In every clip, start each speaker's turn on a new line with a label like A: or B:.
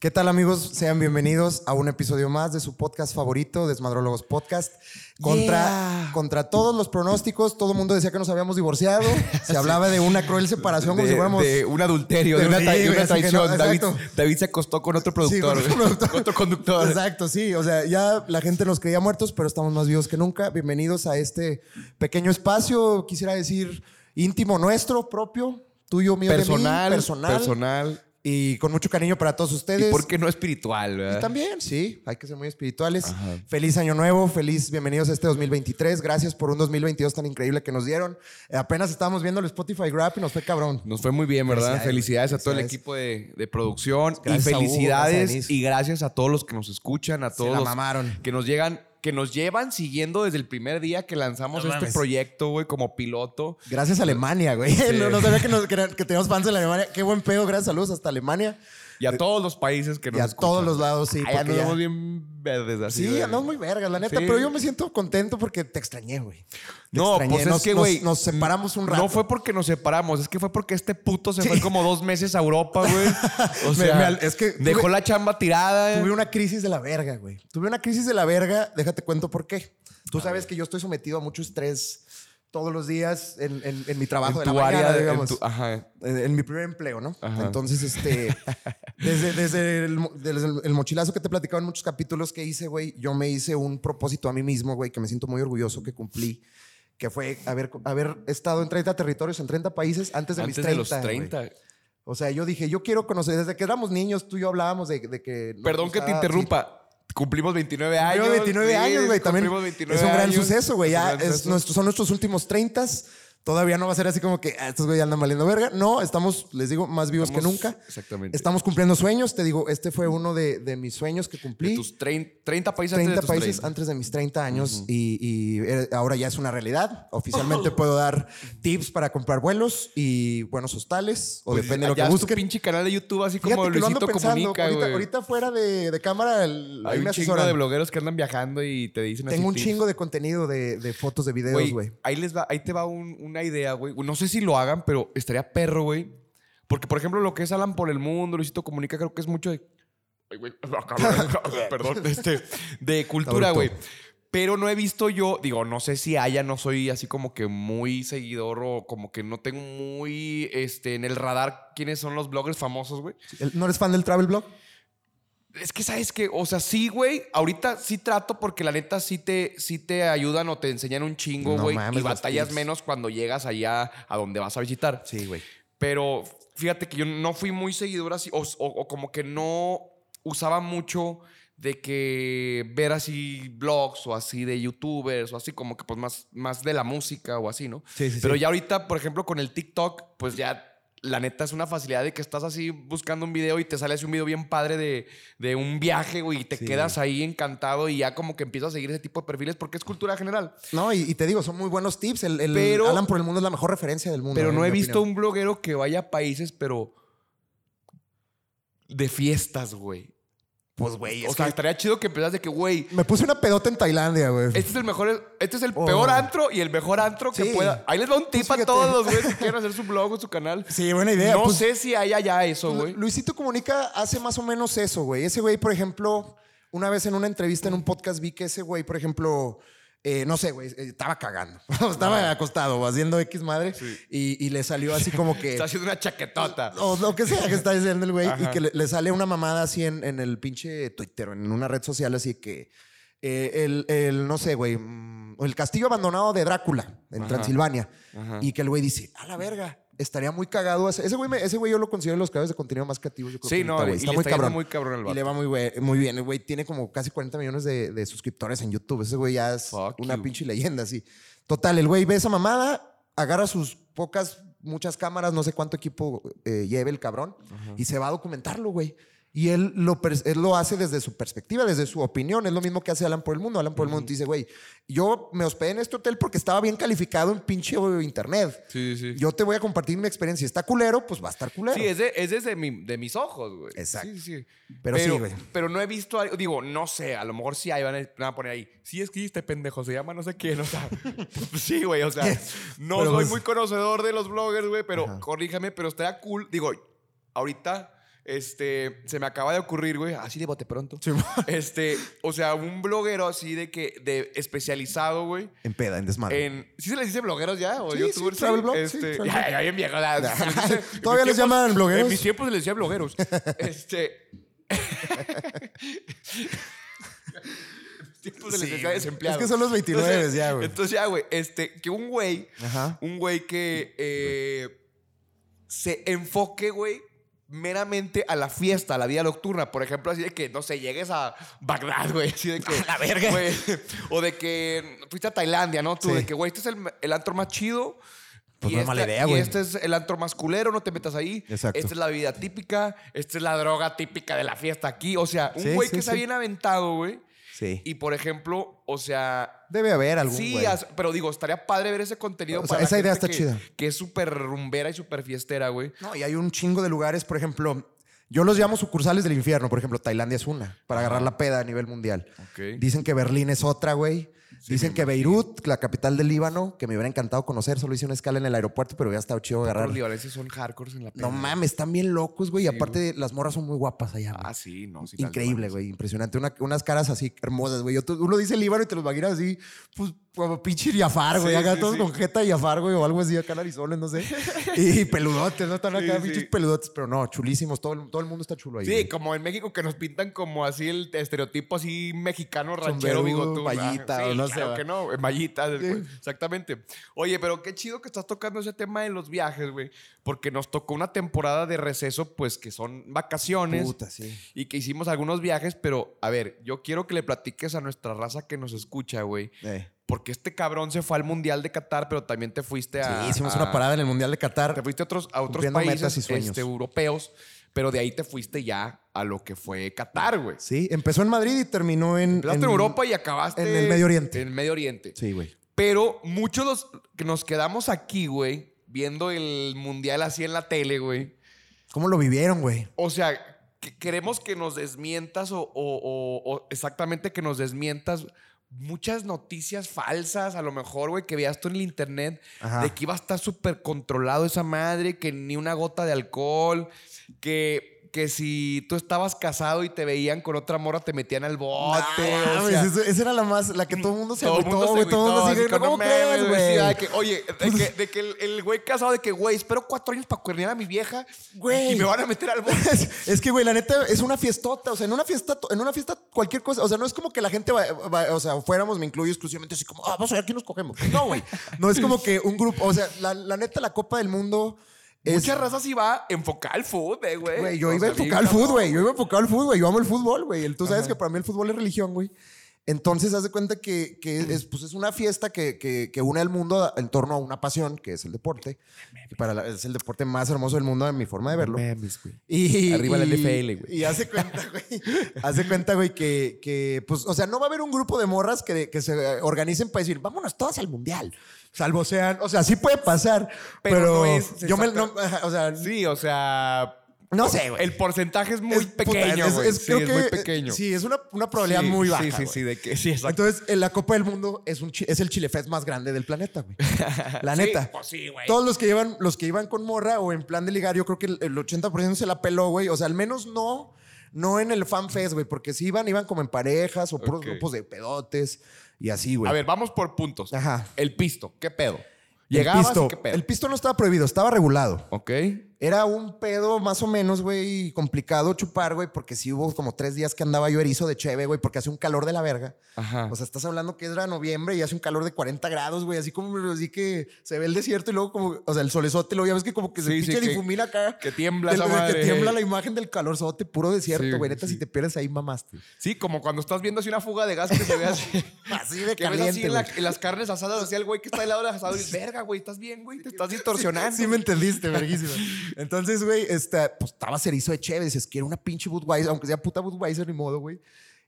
A: ¿Qué tal amigos? Sean bienvenidos a un episodio más de su podcast favorito, Desmadrólogos Podcast. Contra,
B: Yeah.
A: contra todos los pronósticos, todo el mundo decía que nos habíamos divorciado. Se hablaba de una cruel separación como
B: de,
A: si fuéramos...
B: de un adulterio,
A: de
B: de una,
A: un
B: tra-
A: libre,
B: una
A: así que
B: traición.
A: no,
B: David,
A: exacto.
B: David se acostó con otro
A: Sí,
B: productor,
A: con otro productor.
B: con otro conductor.
A: Exacto, sí. O sea, ya la gente nos creía muertos, pero estamos más vivos que nunca. Bienvenidos a este pequeño espacio, quisiera decir, íntimo nuestro, propio, tuyo, mío, de mí,
B: Personal,
A: personal,
B: personal.
A: Y con mucho cariño para todos ustedes.
B: Y por qué no espiritual,
A: Y
B: ¿verdad?
A: también, sí, hay que ser muy espirituales. Feliz año nuevo, feliz bienvenidos a este 2023. Gracias por un 2022 tan increíble que nos dieron. Eh, Apenas estábamos viendo el Spotify Grab y nos fue cabrón.
B: Nos fue muy bien, ¿verdad?
A: Felicidades,
B: Felicidades, a todo el
A: felicidades.
B: equipo de, de producción
A: Gracias
B: y
A: a Hugo,
B: felicidades
A: gracias a Denise.
B: y gracias a todos los que nos escuchan, a todos
A: la
B: los
A: mamaron.
B: que nos llegan, que nos llevan siguiendo desde el primer día que lanzamos
C: No
B: este
C: mames.
B: proyecto, güey, como piloto.
A: Gracias a Alemania, güey. No, no sabía que, nos- que era- que teníamos fans en Alemania. Qué buen pedo, gracias, saludos hasta Alemania.
B: Y a todos los países que
A: Y
B: nos
A: a
B: escuchan.
A: todos los lados, sí.
B: Allá
A: porque
B: nos
A: ya-
B: vemos bien verdes así.
A: Sí,
B: güey.
A: andamos muy vergas, la neta.
B: Sí.
A: Pero yo me siento contento porque te extrañé, güey. Te
B: No,
A: extrañé.
B: pues es
A: Nos-
B: que,
A: nos-
B: güey.
A: Nos, separamos un rato.
B: No fue porque nos separamos, es que fue porque este puto se fue como dos meses a Europa, güey. O
A: Me-
B: sea,
A: me al- es que tuve-
B: dejó la chamba tirada.
A: Tuve una crisis de la verga, güey. Tuve una crisis de la verga. Déjate cuento por qué. Tú sabes que yo estoy sometido a mucho estrés todos los días en, en- en mi trabajo de
B: en tu
A: la
B: área,
A: mañana,
B: de- en
A: digamos.
B: tu- ajá.
A: en, en mi primer empleo, ¿no?
B: Ajá.
A: Entonces, este, desde, desde, el, mo- desde el- el mochilazo que te platicaba en muchos capítulos que hice, güey, yo me hice un propósito a mí mismo, güey, que me siento muy orgulloso que cumplí, que fue haber, haber estado en 30 territorios, en 30 países antes de mis 30.
B: Antes de los
A: güey.
B: 30.
A: O sea, yo dije, yo quiero conocer, desde que éramos niños, tú y yo hablábamos de, de que... nos
B: Perdón que te
A: gustaba-
B: interrumpa. Cumplimos 29
A: Sí,
B: años.
A: cumplimos 29
B: sí,
A: Ah, años, güey, también
B: cumplimos 29
A: es un gran
B: años.
A: suceso, güey, ya
B: un gran
A: es
B: suceso.
A: nuestro- son nuestros últimos 30 Todavía no va a ser así como que ah, estos güey andan valiendo verga. No, estamos, les digo, más vivos
B: Estamos-
A: que nunca.
B: Exactamente.
A: Estamos cumpliendo sueños. Te digo, este fue uno de, de mis sueños que
B: de
A: cumplí.
B: tus trein- 30 países
A: 30
B: antes de tus
A: países
B: 30.
A: antes de mis 30 años y, y, eh, ahora ya es una realidad. Oficialmente puedo dar tips para comprar vuelos y buenos hostales o
B: Pues,
A: depende de lo que
B: allá es tu
A: busquen.
B: pinche canal de YouTube, así
A: Fíjate
B: como
A: que lo ando
B: Luisito
A: pensando.
B: Comunica,
A: ahorita,
B: güey.
A: ahorita fuera de, de cámara el- ahí
B: Hay un
A: me
B: chingo
A: asesoran.
B: de blogueros que andan viajando y te dicen así
A: Tengo un
B: tips.
A: chingo de contenido de, de fotos, de videos,
B: Güey,
A: güey.
B: ahí les va, ahí te va un- una idea, güey. No sé si lo hagan, pero estaría perro, güey. Porque, por ejemplo, lo que es Alan por el mundo, Luisito Comunica, creo que es mucho de. Ay, güey, ah, cabrón, perdón, este, de cultura,
A: Adulto.
B: güey. Pero no he visto yo, digo, no sé si haya, no soy así como que muy seguidor o como que no tengo muy este, en el radar quiénes son los bloggers famosos, güey.
A: El- ¿No eres fan del travel blog?
B: Es que sabes que, o sea, sí, güey, ahorita sí trato porque la neta sí te, sí te ayudan o te enseñan un chingo,
A: No
B: güey,
A: mames,
B: y
A: los
B: batallas
A: tips.
B: menos cuando llegas allá a donde vas a visitar.
A: Sí, güey.
B: Pero fíjate que yo no fui muy seguidora así, o, o- o como que no usaba mucho de que ver así blogs o así de youtubers o así como que pues más, más de la música o así, ¿no?
A: Sí, sí,
B: Pero
A: sí.
B: ya ahorita, por ejemplo, con el TikTok, pues ya la neta es una facilidad de que estás así buscando un video y te sale así un video bien padre de, de un viaje, güey, y te
A: Sí,
B: quedas ahí encantado y ya como que empiezas a seguir ese tipo de perfiles porque es cultura general.
A: No, y, y te digo, son muy buenos tips. El, el
B: Pero-
A: Alan por el mundo es la mejor referencia del mundo. eh,
B: Pero
A: en
B: no he
A: mi
B: visto
A: opinión.
B: un bloguero que vaya a países, pero de fiestas, güey.
A: Pues, güey,
B: O
A: es
B: sea,
A: que-
B: estaría chido que empezaras de que, güey,
A: Me puse una pedota en Tailandia, güey.
B: este es el mejor, este es el
A: Oh.
B: peor antro y el mejor antro que
A: Sí. Pues
B: pueda. Ahí les va un tip
A: fíjate.
B: a todos los güeyes que quieran hacer su blog o su canal.
A: Sí, buena idea.
B: no
A: Pues,
B: sé si hay allá eso,
A: Lu-
B: güey.
A: Luisito Comunica hace más o menos eso, güey. Ese güey, por ejemplo, una vez en una entrevista en un podcast vi que ese güey, por ejemplo, eh, no sé, güey, eh, estaba cagando. estaba acostado o haciendo X madre y, y le salió así como que...
B: Está haciendo una chaquetota.
A: O lo que sea que está diciendo el güey y que le, le sale una mamada así en, en el pinche Twitter, en una red social así que eh, el, el, no sé, güey, mm, el castillo abandonado de Drácula en Transilvania y que el güey dice, a la verga. Estaría muy cagado. hacer-". Ese güey, me- ese güey yo lo considero de los creadores de contenido más creativos. Yo creo
B: Sí,
A: que
B: no,
A: ahorita, güey.
B: y
A: Está
B: le
A: muy
B: está yendo
A: cabrón.
B: muy cabrón al
A: y le
B: vato.
A: va muy, güey- muy bien. El güey tiene como casi 40 millones de, de suscriptores en YouTube. Ese güey ya es
B: Fuck
A: una
B: you.
A: pinche leyenda, sí. Total, el güey ve esa mamada, agarra sus pocas, muchas cámaras, no sé cuánto equipo eh, lleve el cabrón, y se va a documentarlo, güey. Y él lo, per- él lo hace desde su perspectiva, desde su opinión. Es lo mismo que hace Alan por el mundo. Alan por el mundo dice, güey, yo me hospedé en este hotel porque estaba bien calificado en pinche eh, internet.
B: Sí, sí.
A: Yo te voy a compartir mi experiencia. Está culero, pues va a estar culero.
B: Sí, es, de, es desde mi- de mis ojos, güey.
A: Exacto.
B: Sí, sí, sí.
A: Pero sí, güey.
B: Pero no he visto, algo- digo, no sé, a lo mejor sí ahí van a, van a poner ahí. Sí, es que este pendejo se llama no sé quién, o sea. sí, güey, o sea, no
A: Pero
B: soy
A: pues-
B: muy conocedor de los bloggers, güey, pero corríjame, pero estaría cool. Digo, ahorita Este, se me acaba de ocurrir, güey, así de bote pronto.
A: Sí,
B: Este, o sea, un bloguero así de que, de especializado, güey,
A: en peda, en desmadre.
B: en. ¿Sí se les dice blogueros ya? ¿O
A: Sí,
B: youtubers?
A: sí, travel blog, sí,
B: Este,
A: travel
B: ya, ya, bien viejo, la- se les dice-
A: Todavía
B: en
A: les
B: mis
A: llaman
B: tiempos-
A: blogueros.
B: En mis tiempos les decía blogueros. este. en mis tiempos se les
A: Sí,
B: decía
A: güey.
B: desempleados.
A: Es que son los 29
B: Entonces-
A: ya, güey.
B: Entonces, ya, güey, este, que un güey
A: Ajá.
B: un güey que eh, se enfoque, güey, meramente a la fiesta, a la vida nocturna. Por ejemplo, así de que, no sé, llegues a Bagdad, güey. Así de que. la verga. o de que fuiste a Tailandia, ¿no? Tú,
A: Sí.
B: de que, güey, este es el, el antro más chido.
A: Pues
B: y
A: no es
B: esta-
A: mala idea,
B: y
A: güey.
B: este es el antro más culero, no te metas ahí.
A: Exacto.
B: Esta es la vida típica, esta es la droga típica de la fiesta aquí. O sea, un
A: Sí,
B: güey
A: sí,
B: que está
A: sí.
B: bien aventado, güey.
A: Sí.
B: Y por ejemplo, o sea,
A: Debe haber algún
B: Sí,
A: güey.
B: as- pero digo, estaría padre ver ese contenido.
A: O sea,
B: para la
A: esa idea
B: gente
A: está
B: que-
A: chida.
B: Que es súper rumbera y súper fiestera, güey.
A: No, y hay un chingo de lugares, por ejemplo, yo los llamo sucursales del infierno, por ejemplo, Tailandia es una, para agarrar la peda a nivel mundial.
B: Ok.
A: Dicen que Berlín es otra, güey. Dicen que Beirut, la capital del Líbano, que me hubiera encantado conocer, solo hice una escala en el aeropuerto, pero hubiera estado chido agarrar.
B: Los libaneses son hardcores en la peda.
A: No mames, están bien locos, güey. y aparte, las morras son muy guapas allá. güey.
B: Ah, sí, no. sí, las
A: Increíble,
B: libanesas.
A: güey. Impresionante. Una- unas caras así hermosas, güey. Yo tú- Uno dice Líbano y te los imaginas así, pues como pinche Yafar, güey.
B: Sí,
A: acá
B: sí,
A: todos
B: sí.
A: con jeta Yafar, güey, o algo así, acá narizones, no sé. Y peludotes, ¿no? Están acá
B: Sí, sí.
A: pinches peludotes, pero no, chulísimos. Todo el, todo el mundo está chulo ahí.
B: Sí,
A: güey.
B: como en México que nos pintan como así el estereotipo así mexicano ranchero
A: Sombrerudo,
B: bigotón.
A: mallita,
B: Ah, sí,
A: o no
B: claro
A: sé,
B: que no, eh, mallita, güey, exactamente. Oye, pero qué chido que estás tocando ese tema de los viajes, güey, porque nos tocó una temporada de receso, pues que son vacaciones.
A: Puta, sí.
B: y que hicimos algunos viajes, pero a ver, yo quiero que le platiques a nuestra raza que nos escucha, güey,
A: Eh.
B: porque este cabrón se fue al Mundial de Qatar, pero también te fuiste a...
A: Sí, hicimos
B: a-
A: una parada en el Mundial de
B: ah. Te
A: Qatar.
B: fuiste a otros, a otros
A: cumpliendo metas
B: países
A: y sueños.
B: este, europeos, pero de ahí te fuiste ya a lo que fue Qatar, güey.
A: Sí, empezó en Madrid y terminó en.
B: Empezaste en Europa y acabaste...
A: en el Medio Oriente.
B: En el Medio Oriente.
A: Sí, güey.
B: Pero muchos los que nos quedamos aquí, güey, viendo el Mundial así en la tele, güey.
A: ¿Cómo lo vivieron, güey?
B: O sea, que- queremos que nos desmientas o, o- o- o exactamente que nos desmientas muchas noticias falsas, a lo mejor, güey, que veas tú en el internet,
A: Ajá.
B: de que iba a estar súper controlado esa madre, que ni una gota de alcohol, que, que si tú estabas casado y te veían con otra morra, te metían al bote.
A: Ah,
B: o
A: mames,
B: sea,
A: eso- esa era la más, la que todo el mundo se
B: todo el mundo
A: agotó,
B: se
A: güey. Todo el mundo
B: agüitó,
A: así,
B: así
A: de,
B: que no
A: ¿cómo
B: mames,
A: crees,
B: güey? Sí,
A: güey?
B: ay, que, oye, de que, de que el- el güey casado de que, güey, espero cuatro años para cuernear a mi vieja
A: Güey.
B: y me van a meter al bote.
A: Es, es que, güey, la neta es una fiestota. O sea, en una fiesta, en una fiesta cualquier cosa. O sea, no es como que la gente, va- va- o sea, fuéramos, me incluyo exclusivamente, así como, ah, vamos a ver quién nos cogemos. No, güey. No es como que un grupo, o sea, la, la neta, la Copa del Mundo es.
B: Mucha raza sí va enfocada al food, eh, güey.
A: Güey, yo
B: O
A: iba
B: sea,
A: enfocado al
B: bien
A: fútbol,
B: cabrón.
A: güey. Yo iba enfocado al fútbol, güey. Yo amo el fútbol, güey. El- Tú sabes que para mí el fútbol es religión, güey. Entonces, haz de cuenta que, que es, pues, es una fiesta que, que, que une al mundo a- en torno a una pasión, que es el deporte. Que para la- es el deporte más hermoso del mundo, en mi forma de verlo. Y,
B: Arriba la
A: y-
B: NFL, güey.
A: Y hace cuenta, güey. hace cuenta, güey, que, que, pues, o sea, no va a haber un grupo de morras que, que se organicen para decir, vámonos todas al mundial. Salvo sean, o sea, sí puede pasar,
B: Pero
A: pero,
B: no es
A: yo me, no,
B: exacta-
A: ajá, o sea,
B: Sí, o sea.
A: No sé, güey.
B: El porcentaje es muy
A: es- puta,
B: pequeño.
A: es-
B: güey.
A: es-
B: sí,
A: creo
B: es
A: que-
B: muy pequeño.
A: Sí, es una, una probabilidad muy baja.
B: Sí, sí, sí,
A: güey.
B: de que. Sí, exacto.
A: Entonces, en la Copa del Mundo es, un, chi- es el Chile Fest más grande del planeta, güey. La neta.
B: pues sí, güey.
A: Todos los que, llevan, los que iban con morra o en plan de ligar, yo creo que el, el 80% se la peló, güey. O sea, al menos no, no en el Fan Fest, güey, porque si iban, iban como en parejas o puros
B: Ok.
A: grupos de pedotes y así, güey.
B: A ver, vamos por puntos.
A: Ajá.
B: El pisto, ¿qué pedo?
A: El
B: Llegabas,
A: pisto-
B: y ¿qué pedo?
A: el pisto no estaba prohibido, estaba regulado.
B: Ok.
A: Era un pedo más o menos, güey, complicado chupar, güey, porque sí hubo como tres días que andaba yo erizo de cheve, güey, porque hace un calor de la verga.
B: Ajá.
A: O sea, estás hablando que era noviembre y hace un calor de 40 grados, güey, así como así que se ve el desierto y luego como, o sea, el solezote, luego ya ves que como que se
B: Sí, sí,
A: pinche
B: que-
A: difumina acá.
B: que tiembla
A: Del-
B: esa
A: de
B: madre.
A: Que tiembla la imagen del calorzote, puro desierto,
B: Sí,
A: güey.
B: güey,
A: Neta,
B: sí.
A: si te pierdes ahí, mamaste.
B: Sí, como cuando estás viendo así una fuga de gas que se ve así.
A: Así de
B: Que ves así
A: caliente,
B: en, la-
A: güey.
B: en las carnes asadas, así el güey que está al lado del asador y verga, güey, estás bien, güey, te estás distorsionando.
A: Sí me entendiste, verguísima. Entonces, güey, este, pues estaba cerizo de chévere. Dices, quiero una pinche Budweiser, aunque sea puta Budweiser, ni modo, güey.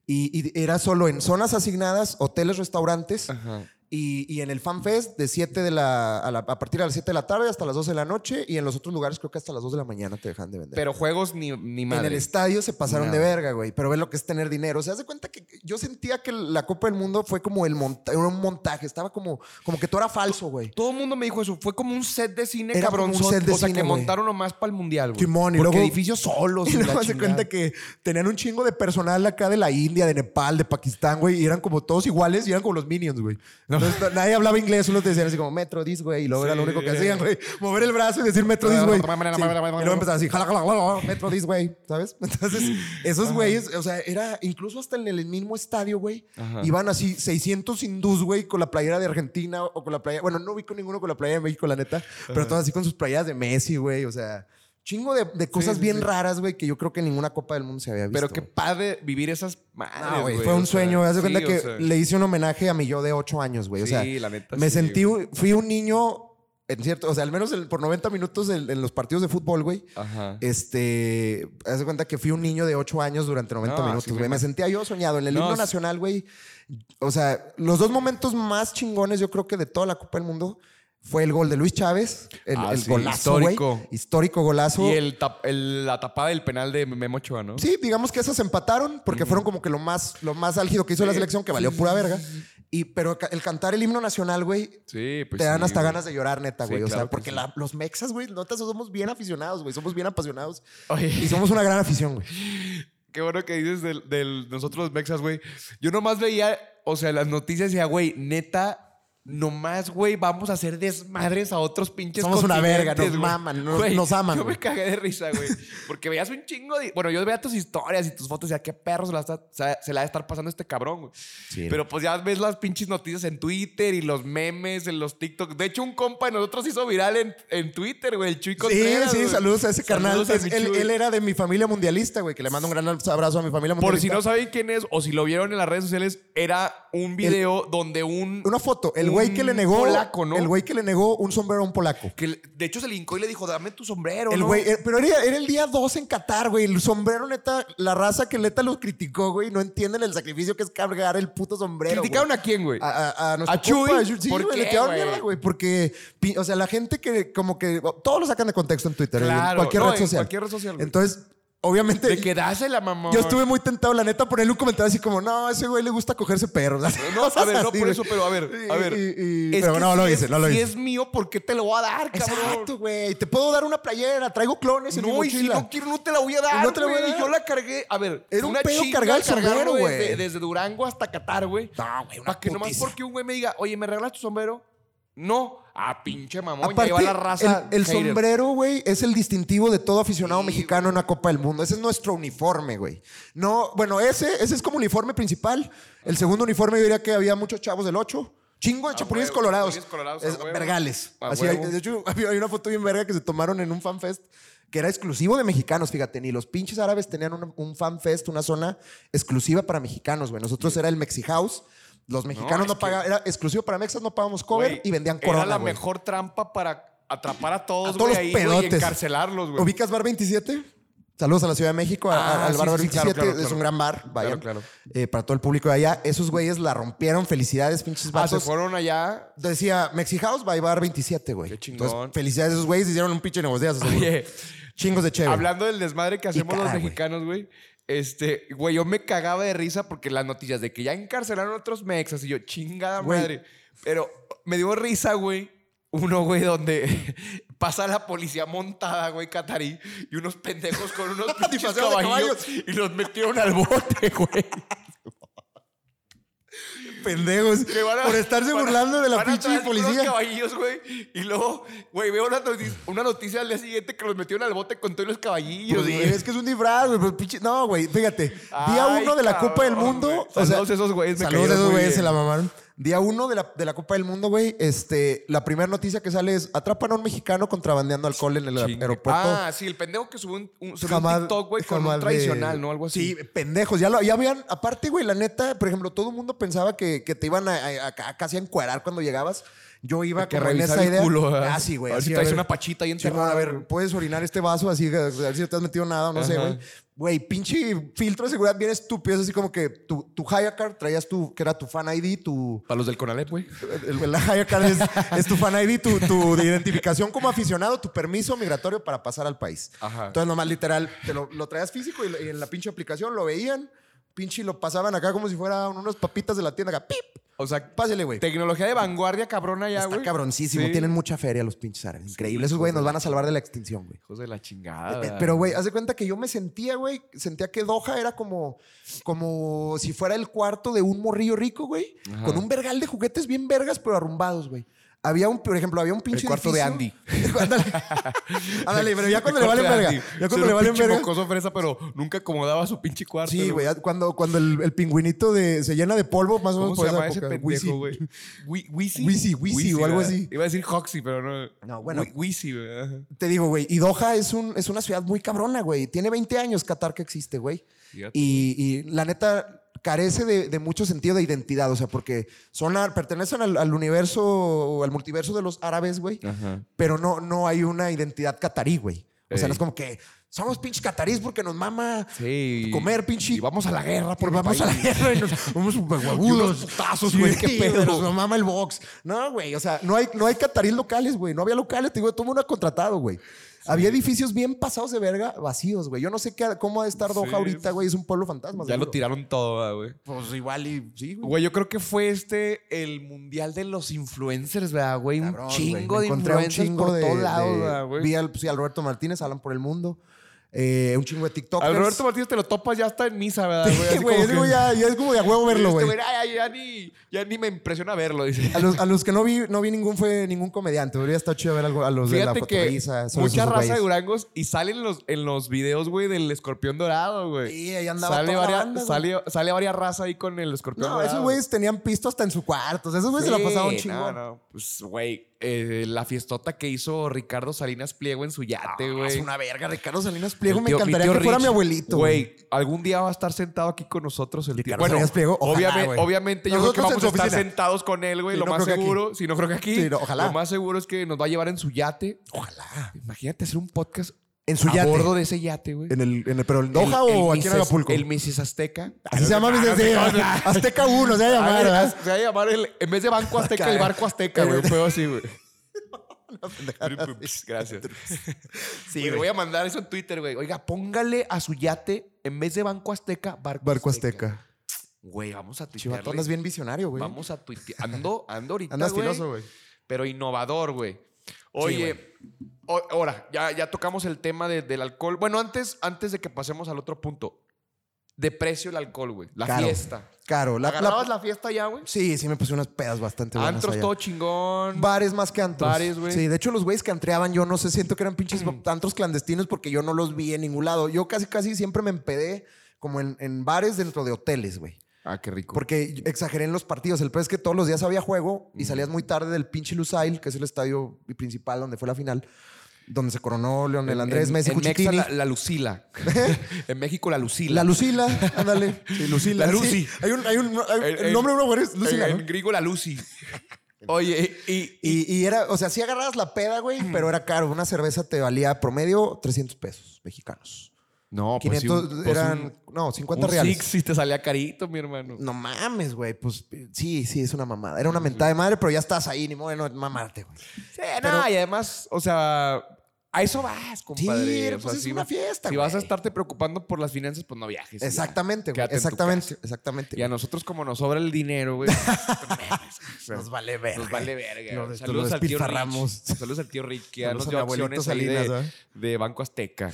A: Y, y era solo en zonas asignadas, hoteles, restaurantes.
B: Ajá.
A: Y, y en el FanFest de 7 de la a, la- a partir de las 7 de la tarde hasta las 12 de la noche y en los otros lugares creo que hasta las 2 de la mañana te dejan de vender.
B: Pero juegos ni, ni
A: en
B: madre.
A: el estadio se pasaron de
B: Nada.
A: verga, güey, pero ve lo que es tener dinero. O sea, haz de cuenta que yo sentía que la Copa del Mundo fue como el monta- era un montaje, estaba como, como que todo era falso, güey.
B: Todo el mundo me dijo eso. Fue como un set de cine,
A: Era como
B: cabrón.
A: un
B: O
A: set de
B: sea,
A: cine,
B: que
A: güey.
B: montaron nomás para el mundial, güey.
A: Simón, y
B: Porque
A: luego-
B: edificios solos.
A: Y
B: la
A: luego se
B: chingada.
A: cuenta que tenían un chingo de personal acá de la India, de Nepal, de Pakistán, güey, y eran como todos iguales y eran como los minions, güey. Entonces, na- nadie hablaba inglés, solo te decían así como Metro Dis, güey, y luego era lo
B: Sí.
A: único que hacían, güey. Mover el brazo y decir Metro Dis, güey. Sí. Y luego empezaban así, jala, jala, jala, Metro Dis, güey, ¿sabes? Entonces, esos güeyes, o sea, era incluso hasta en el mismo estadio, güey,
B: Ajá.
A: iban así 600 hindús, güey, con la playera de Argentina o con la playera, bueno, no vi con ninguno con la playera de México, la neta, pero todos así con sus playeras de Messi, güey, o sea. Chingo de, de cosas
B: sí,
A: bien
B: sí.
A: raras, güey, que yo creo que en ninguna Copa del Mundo se había visto.
B: Pero qué
A: güey.
B: padre vivir esas madres,
A: No, güey,
B: güey,
A: fue
B: o
A: un
B: sea,
A: sueño. Haz de
B: sí,
A: cuenta
B: o
A: que
B: sea,
A: le hice un homenaje a mi yo de 8 años, güey. o
B: sí,
A: sea,
B: la neta,
A: me
B: sí,
A: sentí,
B: güey.
A: fui un niño, en cierto, o sea, al menos el- por 90 minutos en, en los partidos de fútbol, güey.
B: Ajá.
A: Este, haz de cuenta que fui un niño de 8 años durante 90
B: No, Ah, sí,
A: minutos,
B: me
A: güey. Me
B: imag-
A: sentía yo soñado en el
B: No,
A: himno
B: sí.
A: nacional, güey. O sea, los dos momentos más chingones, yo creo que de toda la Copa del Mundo, fue el gol de Luis Chávez, el,
B: Ah,
A: el
B: sí,
A: golazo, güey.
B: histórico.
A: Histórico golazo.
B: Y el tap- el- la tapada del penal de Memo Ochoa, ¿no?
A: Sí, digamos que esas empataron porque fueron como que lo más, lo más álgido que hizo la
B: Sí,
A: selección, que
B: sí,
A: valió
B: sí,
A: pura
B: sí,
A: verga.
B: sí,
A: Y, pero ca- el cantar el himno nacional, güey,
B: Sí, pues
A: te dan
B: sí,
A: hasta
B: güey.
A: ganas de llorar, neta,
B: Sí,
A: güey. o
B: claro
A: sea,
B: que
A: porque
B: sí.
A: la- los mexas, güey, notas, somos bien aficionados, güey. Somos bien apasionados. Y
B: Oye,
A: somos una gran afición, güey.
B: qué bueno que dices del, del- nosotros los mexas, güey. Yo nomás veía, o sea, las noticias y decía, güey, neta, nomás, güey, vamos a hacer desmadres a otros pinches
A: Somos una verga, nos
B: continentes, güey.
A: maman, nos-
B: Güey,
A: nos aman,
B: Yo
A: güey.
B: me cagué de risa, güey. Porque veías un chingo de... Bueno, yo veía tus historias y tus fotos y decía, qué perro se la, está- se- se la ha de estar pasando este cabrón, güey. Pero pues ya ves las pinches noticias en Twitter y los memes en los TikTok. De hecho, un compa de nosotros hizo viral en, en Twitter, güey. El Chuy
A: Sí,
B: Contreras,
A: sí,
B: güey.
A: saludos a ese carnal.
B: Saludos a
A: Es-
B: mi
A: él,
B: Chuy.
A: él era de mi familia mundialista, güey, que le mando un gran abrazo a mi familia
B: Por
A: mundialista.
B: si no saben quién es o si lo vieron en las redes sociales, era un video donde un...
A: Una foto, el güey que le
B: un
A: negó.
B: polaco, ¿no?
A: El güey que le negó un sombrero a un polaco.
B: que le- de hecho se le hincó y le dijo, dame tu sombrero,
A: El
B: ¿no?
A: güey, eh, pero era, era el día 2 en Qatar, güey. El sombrero, neta, la raza que neta lo criticó, güey. No entienden el sacrificio que es cargar el puto sombrero.
B: ¿Criticaron
A: güey.
B: a quién, güey? Ah,
A: A, a, a nuestro
B: ¿A Chuy?
A: compa, Chuy. Sí,
B: ¿Por
A: güey,
B: qué,
A: le quedaron
B: güey?
A: mierda, güey. Porque, pi- o sea, la gente que, como que. Todos lo sacan de contexto en Twitter,
B: Claro,
A: en cualquier
B: no,
A: red
B: en
A: social.
B: cualquier red social, güey.
A: Entonces, obviamente.
B: De que dásela, mamón.
A: Este, Yo estuve muy tentado, la neta, a ponerle un comentario así como, no, a ese güey le gusta cogerse perros.
B: No, a ver, no
A: Así,
B: por
A: güey.
B: eso, pero a ver, a
A: Y-
B: ver.
A: y- y-
B: Es
A: pero
B: que
A: no,
B: si
A: lo
B: es-
A: hice, no lo
B: Si
A: hice.
B: es mío, ¿por qué te lo voy a dar, cabrón?
A: Exacto, güey. Te puedo dar una playera, traigo clones en mi
B: No, y si
A: mochila.
B: no quiero, no te la voy a dar.
A: No te la voy a
B: güey.
A: dar.
B: Yo la cargué. A ver,
A: Era un
B: una
A: pedo
B: chinga
A: cargar el sombrero,
B: cargarlo
A: güey.
B: Desde, desde Durango hasta Qatar, güey.
A: No, güey, una
B: Para que nomás
A: putiza.
B: porque un güey me diga, oye, ¿me regalas tu sombrero? No. Ah, pinche mamón.
A: Aparte,
B: ya iba la raza.
A: el, el
B: hater.
A: sombrero, güey, es el distintivo de todo aficionado
B: Sí,
A: mexicano en una Copa del Mundo. Ese es nuestro uniforme, güey. No, bueno, ese, ese es como uniforme principal. El segundo uniforme, yo diría que había muchos chavos del 8. Chingo de
B: A
A: chapulines
B: Ah, huevo,
A: colorados.
B: chapulines colorados,
A: Es-
B: a huevo.
A: vergales.
B: A
A: Así hay-
B: huevo.
A: de hecho, había- hay una foto bien verga que se tomaron en un fanfest que era exclusivo de mexicanos, fíjate. Ni los pinches árabes tenían un, un fanfest, una zona exclusiva para mexicanos, güey. Nosotros era el Mexi House. Los mexicanos
B: es
A: no,
B: que-
A: pagaban, era exclusivo para mexas, no pagábamos cover
B: Güey,
A: y vendían corona.
B: Era la
A: güey.
B: mejor trampa para atrapar a
A: A
B: todos,
A: todos
B: güey,
A: los
B: ahí, güey,
A: pedotes.
B: y encarcelarlos, güey.
A: ¿Ubicas Bar 27? Saludos a la Ciudad de México, a-
B: Ah,
A: al
B: sí,
A: Bar
B: sí, sí,
A: 27.
B: claro, claro,
A: Es
B: claro.
A: un gran bar, vayan.
B: Claro, claro.
A: Eh, para todo el público de allá. Esos güeyes la rompieron. Felicidades, pinches
B: Ah, se
A: vatos.
B: fueron allá.
A: Decía Mexi House by Bar 27, güey.
B: Qué chingón.
A: felicidades a esos güeyes. Hicieron un pinche negociazo. seguro.
B: Oye,
A: Chingos de chévere.
B: Hablando del desmadre que hacemos
A: cara,
B: los
A: güey.
B: mexicanos, güey. Este, güey, yo me cagaba de risa porque las noticias de que ya encarcelaron a otros mexas y yo, chingada
A: Güey.
B: madre. Pero me dio risa, güey. Uno, güey, donde pasa la policía montada, güey, catarí, y unos pendejos con unos pinches
A: Disfrazados de
B: caballos y los metieron al bote, güey.
A: pendejos.
B: Que van a-
A: por estarse
B: van a-
A: burlando de la
B: van a
A: pinche
B: traer Unos
A: policía.
B: caballillos, güey. Y luego, güey, veo una noticia, una noticia al día siguiente que los metieron al bote con todos los caballillos.
A: Pues,
B: güey.
A: es que es un disfraz, güey. pues, pinche- No, güey, fíjate. Día
B: Ay,
A: uno de la Copa del
B: cabrón,
A: Mundo.
B: güey.
A: o sea,
B: Saludos a esos güeyes, me
A: Saludos a
B: cayeron
A: esos
B: muy
A: güeyes, se
B: bien.
A: la mamaron. Día uno de la, de la Copa del Mundo, güey. Este, la primera noticia que sale es: atrapan a un mexicano contrabandeando alcohol en el
B: Chingue-
A: aeropuerto.
B: Ah, sí, el pendejo que subió un, un- subió un
A: Jamás-
B: TikTok, güey, con
A: jamás
B: un
A: de-
B: tradicional, ¿no? Algo así.
A: Sí, pendejos. Ya, lo, ya habían. Aparte, güey, la neta, por ejemplo, todo el mundo pensaba que, que te iban a, a- a- a casi a encuerar cuando llegabas. yo iba
B: que
A: como en
B: revisar
A: esa
B: el
A: idea.
B: culo, ¿verdad?
A: Ah, sí, güey.
B: A ver
A: así,
B: si
A: a
B: traes
A: ver.
B: una pachita ahí
A: Simón,
B: enterrada.
A: a ver, puedes orinar este vaso así, a ver si no te has metido nada, no sé,
B: Ajá.
A: güey. Güey, pinche filtro de seguridad bien estúpido. Es así como que tu, tu Hayakar traías tu, que era tu fan ID, tu.
B: Para los del Conalep, güey.
A: El, el Hayakar es, es tu fan ID, tu, tu identificación como aficionado, tu permiso migratorio para pasar al país.
B: Ajá.
A: Entonces, nomás literal, te lo, lo traías físico y, lo- y en la pinche aplicación lo veían, pinche, y lo pasaban acá como si fueran unas papitas de la tienda. Acá, pip,
B: O sea,
A: pásele, güey.
B: tecnología de vanguardia cabrona ya,
A: Está
B: güey.
A: cabroncísimo.
B: Sí.
A: Tienen mucha feria los pinches árabes. Increíble. Esos güey nos van a salvar de la extinción, güey.
B: Hijos de la
A: Eh,
B: chingada.
A: Pero, güey, haz de cuenta que yo me sentía, güey, sentía que Doha era como, como si fuera el cuarto de un morrillo rico, güey,
B: Ajá.
A: con un vergal de juguetes bien vergas, pero arrumbados, güey. Había un, por ejemplo, había un pinche.
B: cuarto de
A: edificio- Ándale. Ándale, pero ya cuando le
B: Corte
A: valen
B: de
A: verga.
B: Andy.
A: Ya
B: Ser
A: cuando le
B: un
A: valen
B: pinche
A: verga.
B: mocoso fresa, pero nunca acomodaba su pinche cuarto.
A: Sí, güey, ya cuando, cuando el, el pingüinito de, se llena de polvo, más o menos
B: ¿Cómo
A: por
B: se
A: esa
B: llama ese
A: época.
B: pendejo,
A: Wisi.
B: güey? Wi- Wisi.
A: Wisi, Wisi o
B: ¿verdad?
A: algo así.
B: ah, Iba a decir Hoxie, pero no.
A: No, bueno.
B: Wi- Wisi, güey. ajá.
A: Te digo, güey, y Doha es, un, es una ciudad muy cabrona, güey. Tiene 20 años Qatar que existe, güey.
B: Fíjate.
A: Y, y la neta carece de, de mucho sentido de identidad, o sea, porque son, ar- pertenecen al, al universo o al multiverso de los árabes, güey,
B: Ajá.
A: pero no, no hay una identidad catarí, güey. O sea,
B: Ey.
A: no es como que somos pinches catarís porque nos mama
B: Sí.
A: comer, pinche.
B: Y vamos a la guerra por mi
A: vamos a la
B: país.
A: guerra y nos vamos
B: unos
A: huevudos.
B: putazos, güey, qué pedo.
A: Nos mama el box. No, güey, o sea, no hay, no hay catarís locales, güey. No había locales, te digo, todo mundo ha contratado, güey. Había edificios bien pasados de verga, vacíos, güey. Yo no sé qué, cómo ha de estar Doha
B: Sí.
A: ahorita, güey. Es un pueblo fantasma.
B: Ya lo
A: seguro.
B: tiraron todo, ¿verdad, güey.
A: Pues igual y sí, güey.
B: Güey, yo creo que fue este el mundial de los influencers, ¿verdad, güey?
A: Cabrón,
B: un
A: güey.
B: chingo
A: Me
B: de
A: encontré a
B: influencers por todos lados, ¿verdad, güey.
A: Vi al, sí, al Roberto Martínez, Alan por el mundo. Eh, un chingo de TikTokers.
B: Al Roberto Martínez te lo topas ya está en misa, ¿verdad, güey? Así
A: Sí, güey,
B: como
A: ese
B: que-
A: güey ya, ya es como de a huevo verlo,
B: Este
A: güey.
B: güey, ay, ay, ya ni, ya ni me impresiona verlo, dice.
A: A los, a los que no vi, no vi ningún fue ningún comediante. Hubiera estado chido ver algo a los de
B: Fíjate
A: la
B: que
A: Fotorrisa, sobre
B: mucha
A: esos
B: raza de
A: güeyes.
B: Durangos y salen los, en los videos, güey, del escorpión dorado, güey.
A: Sí, ahí andaba
B: Sale,
A: toda la
B: varias-
A: banda, güey.
B: sale, sale varias raza ahí con el escorpión
A: No,
B: dorado.
A: esos güeyes tenían pisto hasta en su cuarto. O sea, esos güeyes se la
B: Sí,
A: pasaban
B: No,
A: chingón.
B: no, pues, güey, eh, la fiestota que hizo Ricardo Salinas Pliego en su yate,
A: Ah, Es
B: güey.
A: una verga. Ricardo Salinas Pliego
B: Mi
A: me
B: tío-
A: encantaría
B: tío
A: que fuera
B: Rich,
A: mi abuelito.
B: Güey, algún día va a estar sentado aquí con nosotros el tío.
A: Ricardo Salinas Pliego, ojalá,
B: obviamente,
A: güey.
B: obviamente yo creo que
A: Nosotros en
B: vamos
A: su
B: a estar
A: oficina.
B: sentados con él, güey.
A: Sí,
B: lo
A: no
B: más
A: creo que
B: seguro, si no creo que aquí.
A: Sí, no, ojalá.
B: Lo más seguro es que nos va a llevar en su yate.
A: Ojalá.
B: Imagínate hacer un podcast
A: En su
B: a
A: yate.
B: bordo de ese yate, güey.
A: En el, en el, pero en Doha
B: El- el
A: o aquí
B: Mrs.
A: en Acapulco.
B: El Ah, Mrs. Azteca.
A: Así se llama mis Azteca 1, se va a
B: Ah,
A: llamar.
B: güey,
A: ¿verdad? Ah,
B: Se va a llamar el- en vez de Banco Azteca, el Barco Azteca, güey. Fue así, güey. Gracias. Sí, güey, voy a mandar eso en Twitter, güey. Oiga, póngale a su yate, en vez de Banco Azteca, Barco,
A: Barco Azteca.
B: Güey, vamos a tuitearle.
A: Chivatón es bien visionario, güey.
B: Vamos a tuitear. Ando, ando ahorita,
A: Anda
B: güey,
A: estiloso, güey.
B: Pero innovador, güey. Oye, o- ahora, ya, ya tocamos el tema de- del alcohol. Bueno, antes, antes de que pasemos al otro punto. De precio el alcohol, güey. La
A: Caro.
B: fiesta.
A: Caro. La,
B: ¿Agarrabas
A: la,
B: la, fiesta ya, güey?
A: sí, sí me puse unas pedas bastante buenas
B: Antros
A: allá.
B: todo chingón.
A: Bares más que antros.
B: Bares, güey.
A: Sí, de hecho, los güeyes que antreaban, yo no sé, siento que eran pinches antros clandestinos porque yo no los vi en ningún lado. Yo casi, casi siempre me empedé como en, en bares dentro de hoteles, güey.
B: Ah, qué rico.
A: Porque exageré en los partidos. El peor es que todos los días había juego y salías muy tarde del pinche Lusail, que es el estadio principal donde fue la final, donde se coronó Leonel Andrés
B: En-
A: Messi
B: en Mexa,
A: Cuchitini.
B: la, la Lucila. en México, la Lucila.
A: La Lucila, ándale. Sí, Lucila.
B: La
A: sí.
B: Lucy.
A: Hay un, hay un, hay un-
B: El-
A: el,
B: el-
A: nombre de una mujer es Lucila,
B: En,
A: ¿no?
B: en griego, la Lucy. Oye, y, y-
A: Y, y era, o sea, sí agarrabas la peda, güey, pero era caro. Una cerveza te valía promedio 300 pesos mexicanos.
B: No, pues sí,
A: 500
B: un- pues
A: eran,
B: un-
A: no, 50
B: un
A: reales.
B: Six y te salía carito, mi hermano.
A: No mames, güey. Pues sí, sí, es una mamada. Era una mentada de madre, pero ya estás ahí, ni modo de no mamarte, güey.
B: Sí, no, y además, o sea, a eso vas, compadre.
A: Sí,
B: O sea,
A: pues es
B: si
A: una
B: va-
A: fiesta,
B: Si vas a
A: güey.
B: estarte preocupando por las finanzas, pues no viajes. ya.
A: Exactamente, güey.
B: Quédate en tu
A: Exactamente, exactamente.
B: Y a nosotros, como nos sobra el dinero, güey. pues,
A: nos vale ver.
B: Nos vale verga.
A: Nos-
B: güey.
A: nos
B: Saludos al tío Rich.
A: despilfarramos.
B: Saludos al tío Rich, que ya
A: Saludos
B: nos
A: a
B: dio
A: mi abuelito
B: acciones ahí
A: Salinas,
B: de,
A: ¿verdad?
B: de Banco Azteca.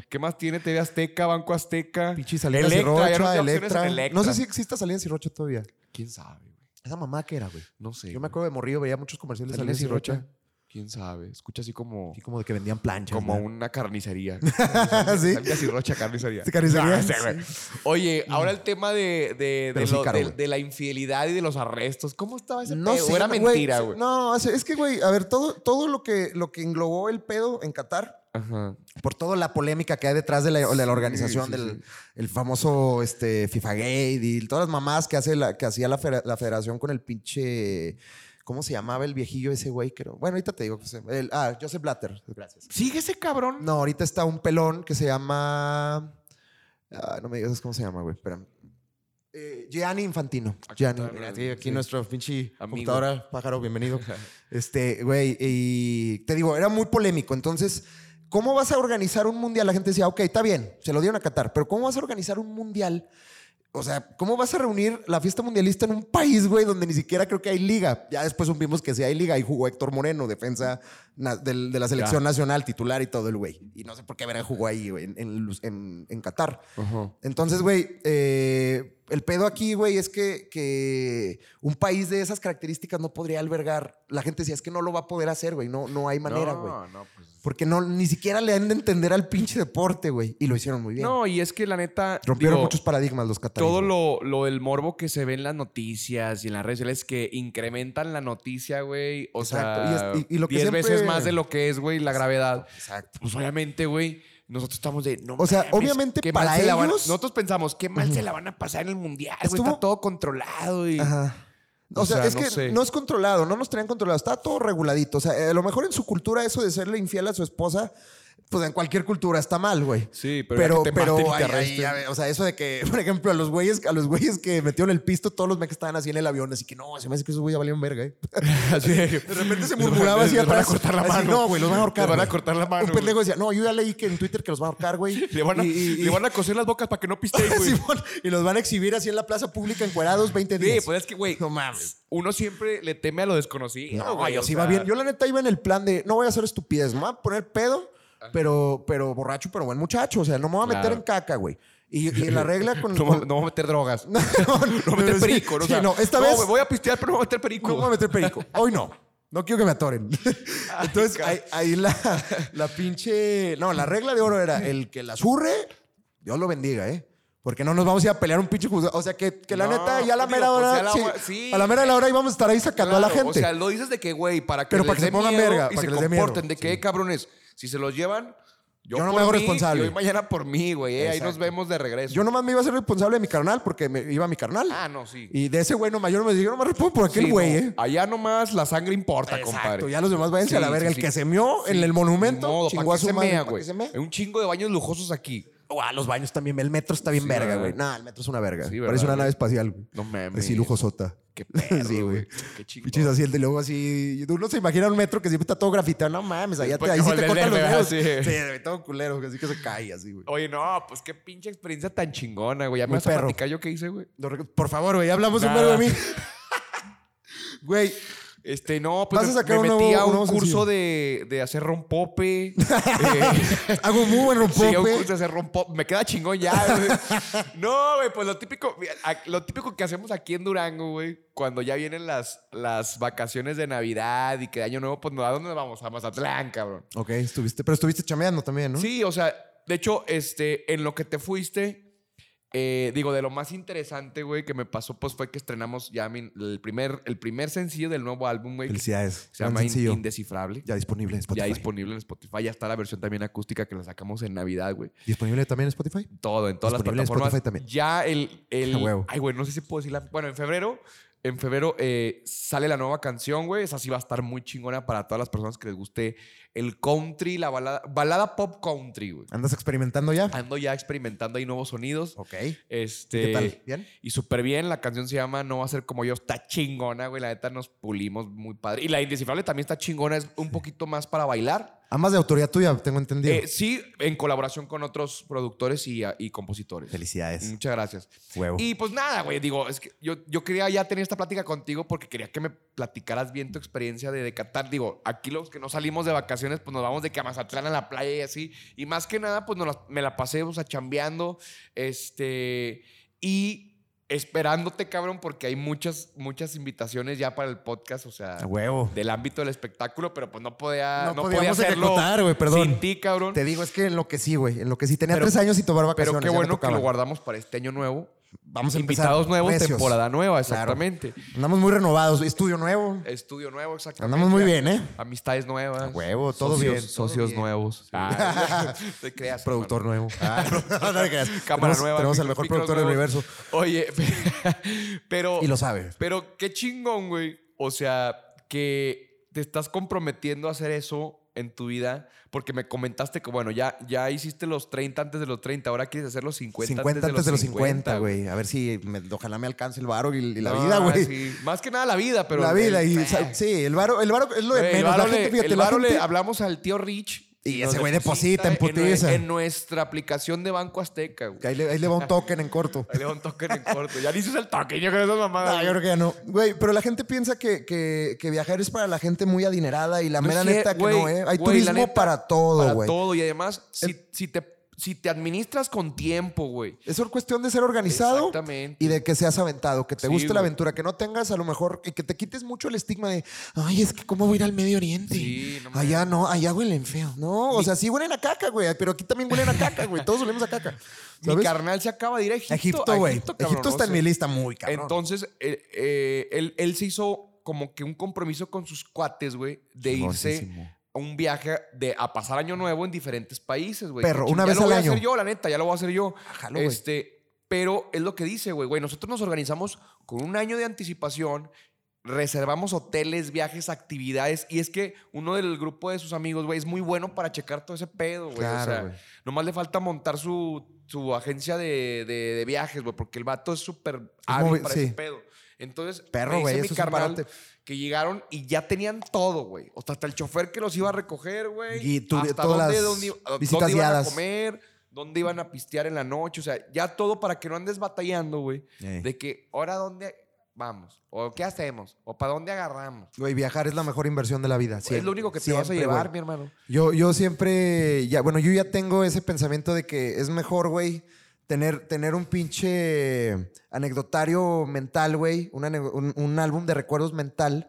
B: ¿Qué más tiene TV Azteca, Banco Azteca?
A: Pinche Salinas y
B: Electra, ya
A: Rocha,
B: nos dio acciones en
A: Electra.
B: Electra.
A: No sé si exista Salinas y Rocha todavía.
B: ¿Quién sabe, güey?
A: Esa mamá que era, güey.
B: No sé.
A: Yo me
B: güey.
A: acuerdo de morrillo, veía muchos comerciales de Salinas y Rocha.
B: ¿Quién sabe? Escucha así como,
A: Y como de que vendían planchas.
B: como
A: ¿no?
B: una carnicería.
A: Ah, Sí.
B: Salinas y Rocha carnicería.
A: ¿Sí, carnicería?
B: Ah, sí, güey. Oye, ahora el tema de, de, de
A: Pero sí,
B: lo-
A: caro,
B: de-
A: güey.
B: de la infidelidad y de los arrestos. ¿Cómo estaba ese pedo?
A: sé,
B: Era
A: güey.
B: mentira, güey.
A: No, es- es que, güey, a ver, todo, todo lo, que, lo que englobó el pedo en Qatar,
B: Ajá.
A: por toda la polémica que hay detrás de la, de la organización
B: sí,
A: del el famoso este, FIFA Gate y todas las mamás que, hace la, que hacía la, federa- la federación con el pinche. ¿Cómo se llamaba el viejillo ese güey? Creo. Bueno, ahorita te digo. pues, el- ah, Joseph Blatter. Gracias.
B: Sigue ese cabrón.
A: No, ahorita está un pelón que se llama. ah, no me digas cómo se llama, güey. Espérame. Eh, Gianni Infantino. Gianni.
B: está,
A: Mira,
B: mira,
A: sí, aquí
B: sí.
A: nuestro pinche
B: Amigo.
A: computadora pájaro, bienvenido. este, güey, y te digo, era muy polémico. Entonces, ¿cómo vas a organizar un mundial? La gente decía, ok, está bien, se lo dieron a Qatar, pero ¿cómo vas a organizar un mundial? O sea, ¿cómo vas a reunir la fiesta mundialista en un país, güey, donde ni siquiera creo que hay liga? Ya después supimos que sí hay liga y jugó Héctor Moreno, defensa na- del- de, la selección nacional, titular y todo el güey. Y no sé por qué verá jugó ahí, güey, en, en Luz- en- en Qatar. Entonces, güey, eh, el pedo aquí, güey, es que, que un país de esas características no podría albergar. La gente decía, es que no lo va a poder hacer, güey, no, no hay manera, güey.
B: No, no, pues.
A: Porque no, ni siquiera le han de entender al pinche deporte, güey. Y lo hicieron muy bien.
B: No, y es que la neta.
A: Rompieron
B: digo,
A: muchos paradigmas los catalanes.
B: Todo lo, lo del morbo que se ve en las noticias y en las redes sociales que incrementan la noticia, güey. O
A: Exacto,
B: sea,
A: y es- y- y lo que
B: 10 veces
A: siempre-
B: más de lo que es, güey, la gravedad.
A: Exacto.
B: Pues obviamente, güey, nosotros estamos de. No
A: O sea,
B: mames,
A: obviamente
B: qué mal
A: para
B: se la van-
A: ellos-
B: nosotros pensamos, qué mal se la van a pasar en el mundial, güey.
A: Estuvo-
B: Está todo controlado y.
A: Ajá. O,
B: O
A: sea,
B: sea,
A: es
B: no
A: que
B: sé.
A: no es controlado, no nos tenían controlado, está todo reguladito. O sea, eh, a lo mejor en su cultura eso de serle infiel a su esposa, pues en cualquier cultura está mal, güey.
B: Sí, pero ya
A: Pero,
B: que te
A: pero,
B: maten y te
A: ay, ay,
B: arresten.
A: ya ve, o sea, eso de que, por ejemplo, a los güeyes, a los güeyes que metieron el pisto, todos los mecs estaban así en el avión, así que no, se me hace que esos güeyes ya valían verga, ¿eh?
B: Así de-
A: De repente se murmuraba así
B: Les van a
A: atrás.
B: cortar la
A: así,
B: mano.
A: no, güey, los van a ahorcar.
B: Les van a
A: güey".
B: cortar la mano,
A: Un
B: güey.
A: pendejo decía, no, yo ya leí que en Twitter que los van a ahorcar, güey.
B: Le van a,
A: Y- y-
B: le van a coser las bocas para que no piste, güey.
A: Simón, y los van a exhibir así en la plaza pública encuerados 20
B: Sí,
A: días.
B: pues es que, güey,
A: No mames.
B: uno siempre le teme a lo desconocido.
A: No,
B: güey,
A: yo
B: o
A: sí iba
B: sea,
A: bien. Yo la neta iba en el plan de no voy a hacer estupidez, me voy a poner pedo, pero, pero borracho, pero buen muchacho. O sea, no me voy a meter
B: Claro.
A: en caca, güey. Y, y la regla con.
B: No,
A: con-
B: va- no va a meter drogas. No,
A: no,
B: va a meter
A: sí,
B: perico. ¿no? O
A: sí,
B: sea,
A: no, esta vez
B: güey, voy a pistear, pero no voy a meter perico.
A: no voy a meter perico. Hoy no. No quiero que me atoren. Entonces, ahí, ahí la, la pinche. No, la regla de oro era el que las zurre, Dios lo bendiga, ¿eh? Porque no nos vamos a ir a pelear un pinche juzgado. O sea, que, que la
B: No,
A: neta, ya a la
B: digo,
A: mera
B: pues,
A: hora.
B: ya la
A: sí,
B: hora- sí.
A: a la mera de la hora íbamos a estar ahí sacando a la
B: Claro,
A: gente.
B: O sea, lo dices de que, güey, para que
A: Pero
B: les
A: para que
B: dé
A: se pongan
B: miedo
A: verga,
B: y
A: para
B: se
A: que les dé miedo,
B: comporten de que,
A: sí.
B: "Eh, cabrones, si se los llevan, yo,
A: Yo no
B: por
A: me hago
B: mí,
A: responsable.
B: Y hoy mañana por mí, güey. eh, ahí nos
A: Exacto.
B: vemos de regreso.
A: Yo nomás me iba a ser responsable de mi carnal porque me iba a mi carnal.
B: Ah, no, sí.
A: Y de ese güey nomás, yo no me, yo no me respondo por aquel
B: Sí,
A: güey,
B: no,
A: ¿eh?
B: Allá nomás la sangre importa,
A: Exacto,
B: compadre.
A: ya los demás váyanse a
B: Sí,
A: la verga. el
B: sí, sí.
A: que se meó en el monumento,
B: Ni modo,
A: chingó
B: ¿pa'
A: a
B: qué
A: su
B: se
A: madre.
B: mea,
A: ¿pa' qué
B: güey?
A: se mea?
B: Un chingo de baños lujosos aquí.
A: Guau, los baños también, el metro está bien
B: Sí,
A: verga,
B: ¿verdad?
A: güey. Nah, el metro es una verga.
B: Sí,
A: Parece
B: ¿verdad,
A: una
B: güey?
A: nave espacial, güey.
B: No mames.
A: Así lujosota.
B: Qué perro,
A: Sí, güey.
B: güey. Qué chingón.
A: Pinches así, el de luego así. Uno se imagina un metro que siempre está todo grafitado. No mames, allá te,
B: Porque
A: ahí sí
B: vuelve
A: te cortan los
B: verde,
A: dedos. Sí,
B: así.
A: güey, todo culero, así que se cae así, güey.
B: Oye, no, pues qué pinche experiencia tan chingona, güey. Ya me
A: Muy
B: vas a
A: perro.
B: platicar yo qué hice, güey.
A: Por favor, güey, ya hablamos un
B: Nada.
A: verbo de mí. Güey,
B: Este, no, pues
A: Vas a
B: me,
A: sacar
B: me
A: un
B: metí
A: nuevo-
B: a
A: un
B: un
A: nuevo sencillo.
B: curso de, de hacer rompope. eh,
A: hago muy buen
B: sí, a un
A: rompope.
B: curso de hacer rompope. Me queda chingón ya, güey. No, güey, pues lo típico, a- lo típico que hacemos aquí en Durango, güey, cuando ya vienen las, las vacaciones de Navidad y que de Año Nuevo, pues ¿no? ¿a dónde nos vamos? A Mazatlán, cabrón.
A: Ok, estuviste, pero estuviste chameando también, ¿no?
B: Sí, o sea, de hecho, este, en lo que te fuiste, eh, digo, de lo más interesante, güey, que me pasó, pues fue que estrenamos ya mi- el, primer, el primer sencillo del nuevo álbum, güey. que
A: Felicidades.
B: Se
A: Gran
B: llama In-
A: sencillo.
B: Indescifrable.
A: Ya disponible en Spotify.
B: Ya disponible en Spotify. Ya está la versión también acústica que la sacamos en Navidad, güey.
A: disponible también en Spotify.
B: Todo, en todas
A: Disponible en
B: las plataformas.
A: Spotify también.
B: Ya el. el-
A: A huevo.
B: Ay, güey, no sé si puedo decir la. Bueno, en febrero. En febrero eh, sale la nueva canción, güey. Esa sí va a estar muy chingona para todas las personas que les guste el country, la balada, balada pop country, güey.
A: ¿Andas experimentando ya?
B: Ando ya experimentando ahí nuevos sonidos.
A: Ok.
B: Este.
A: ¿Qué tal? ¿Bien?
B: Y súper bien, la canción se llama No va a ser como yo, está chingona, güey. La neta nos pulimos muy padre. Y la indescifrable también está chingona, es un poquito más para bailar.
A: Ambas de autoría tuya, tengo entendido.
B: Eh, sí, en colaboración con otros productores y, y compositores.
A: Felicidades.
B: Muchas gracias.
A: Huevo.
B: Y pues nada, güey, digo, es que yo, yo quería ya tener esta plática contigo porque quería que me platicaras bien tu experiencia de, de Qatar. Digo, aquí los que no salimos de vacaciones, pues nos vamos de que a Mazatlán a la playa y así. Y más que nada, pues nos la- me la pasé, o sea, chambeando, este, y esperándote, cabrón, porque hay muchas, muchas invitaciones ya para el podcast, o sea,
A: A huevo.
B: del ámbito del espectáculo, pero pues no podía,
A: Ah, No
B: no, podía
A: podíamos
B: hacerlo
A: ejecutar, güey, perdón.
B: sin ti, cabrón.
A: Te digo, es que en lo que sí, güey. En lo que sí tenía
B: Pero-
A: tres años y tomar vacaciones.
B: Pero qué
A: ya me
B: bueno que
A: tocaba.
B: lo guardamos para este año nuevo.
A: Vamos a empezar
B: Invitados nuevos,
A: recios.
B: temporada nueva,
A: Claro.
B: exactamente.
A: Andamos muy renovados. Estudio nuevo.
B: Estudio nuevo, exactamente.
A: Andamos muy bien, ¿eh?
B: Amistades nuevas.
A: A huevo, todo
B: socios,
A: bien, todo
B: Socios
A: bien.
B: nuevos. Ah, te creas.
A: Productor nuevo. Ah, no, no te creas.
B: Cámara
A: Tenemos-
B: nueva.
A: Tenemos al
B: micros-
A: mejor
B: micros
A: productor del
B: nuevos. Oh,
A: universo.
B: Oye, pero.
A: Y lo sabe.
B: Pero qué chingón, güey. O sea, que te estás comprometiendo a hacer eso en tu vida, porque me comentaste que, bueno, ya, ya hiciste los 30 antes de los 30, ahora quieres hacer los 50,
A: 50 antes, de los 50, güey. A ver si me- ojalá me alcance el varo y, y la vida, güey.
B: Ah, sí. Más que nada la vida, pero.
A: la vida.
B: el-
A: y, o sea, sí, el varo, el varo es lo de
B: Güey, el
A: menos. La
B: varo le-
A: gente, fíjate,
B: el
A: la
B: varo le-
A: gente-
B: hablamos al tío Rich.
A: Y
B: nos
A: ese güey deposita en
B: nue-
A: putiza.
B: En, nuestra aplicación de Banco Azteca, güey.
A: que ahí, le, ahí le va un token en corto.
B: Ahí le da un toque en corto. Ya le hiciste el toque, yo creo que esas mamadas.
A: No, yo creo que ya no. Güey, pero la gente piensa que, que- que viajar es para la gente muy adinerada y la
B: No
A: mera
B: es cier-
A: neta que
B: güey,
A: no, ¿eh? Hay
B: güey, la
A: turismo
B: neta,
A: para todo,
B: Para
A: güey.
B: todo. Y además, si, si te, si te administras con tiempo, güey.
A: Es solo cuestión de ser organizado
B: Exactamente.
A: y de que seas aventado, que te
B: Sí,
A: guste la
B: güey.
A: aventura, que no tengas a lo mejor y que te quites mucho el estigma de, ay, es que cómo voy a ir al Medio Oriente.
B: Sí, no mames.
A: allá no, allá huelen feo. No, o sea, sí huelen a caca, güey, pero aquí también huelen a caca, güey. Todos olemos a caca.
B: Mi
A: ¿sabes?
B: carnal se acaba de ir a Egipto.
A: Egipto,
B: a
A: güey. Egipto,
B: Egipto, cabrón, o
A: está
B: sea,
A: en mi lista muy cabrón.
B: Entonces, eh, eh, él, él se hizo como que un compromiso con sus cuates, güey, de irse
A: Chingosísimo.
B: a un viaje de a pasar año nuevo en diferentes países, güey.
A: Perro,
B: Que
A: una
B: ya
A: vez
B: lo
A: al
B: voy
A: año.
B: a hacer yo, la neta, ya lo voy a hacer yo.
A: Jalo, güey.
B: este, pero es lo que dice, güey, güey, nosotros nos organizamos con un año de anticipación, reservamos hoteles, viajes, actividades y es que uno del grupo de sus amigos, güey, es muy bueno para checar todo ese pedo, güey. o
A: Claro,
B: sea,
A: güey.
B: Nomás le falta montar su, su agencia de, de- de viajes, güey, porque el vato es súper
A: movi-
B: hábil para
A: sí.
B: ese pedo. Entonces,
A: Perro,
B: me dice
A: güey,
B: mi
A: eso es un
B: carnal
A: parote.
B: que llegaron y ya tenían todo, güey. O sea, hasta el chofer que los iba a recoger, güey.
A: Y tú-
B: hasta
A: todas las
B: dónde, a-
A: visitas
B: dónde iban
A: guiadas.
B: a comer, dónde iban a pistear en la noche. O sea, ya todo para que no andes batallando, güey.
A: Ey.
B: De que, ¿ahora dónde vamos? ¿O qué hacemos? ¿O para dónde agarramos?
A: Güey, viajar es la mejor inversión de la vida.
B: es
A: siempre,
B: lo único que te vas a
A: siempre,
B: llevar,
A: güey.
B: mi hermano.
A: Yo, yo siempre, ya, bueno, yo ya tengo ese pensamiento de que es mejor, güey, tener, tener un pinche anecdotario mental, güey, un, ane- un- un álbum de recuerdos mental,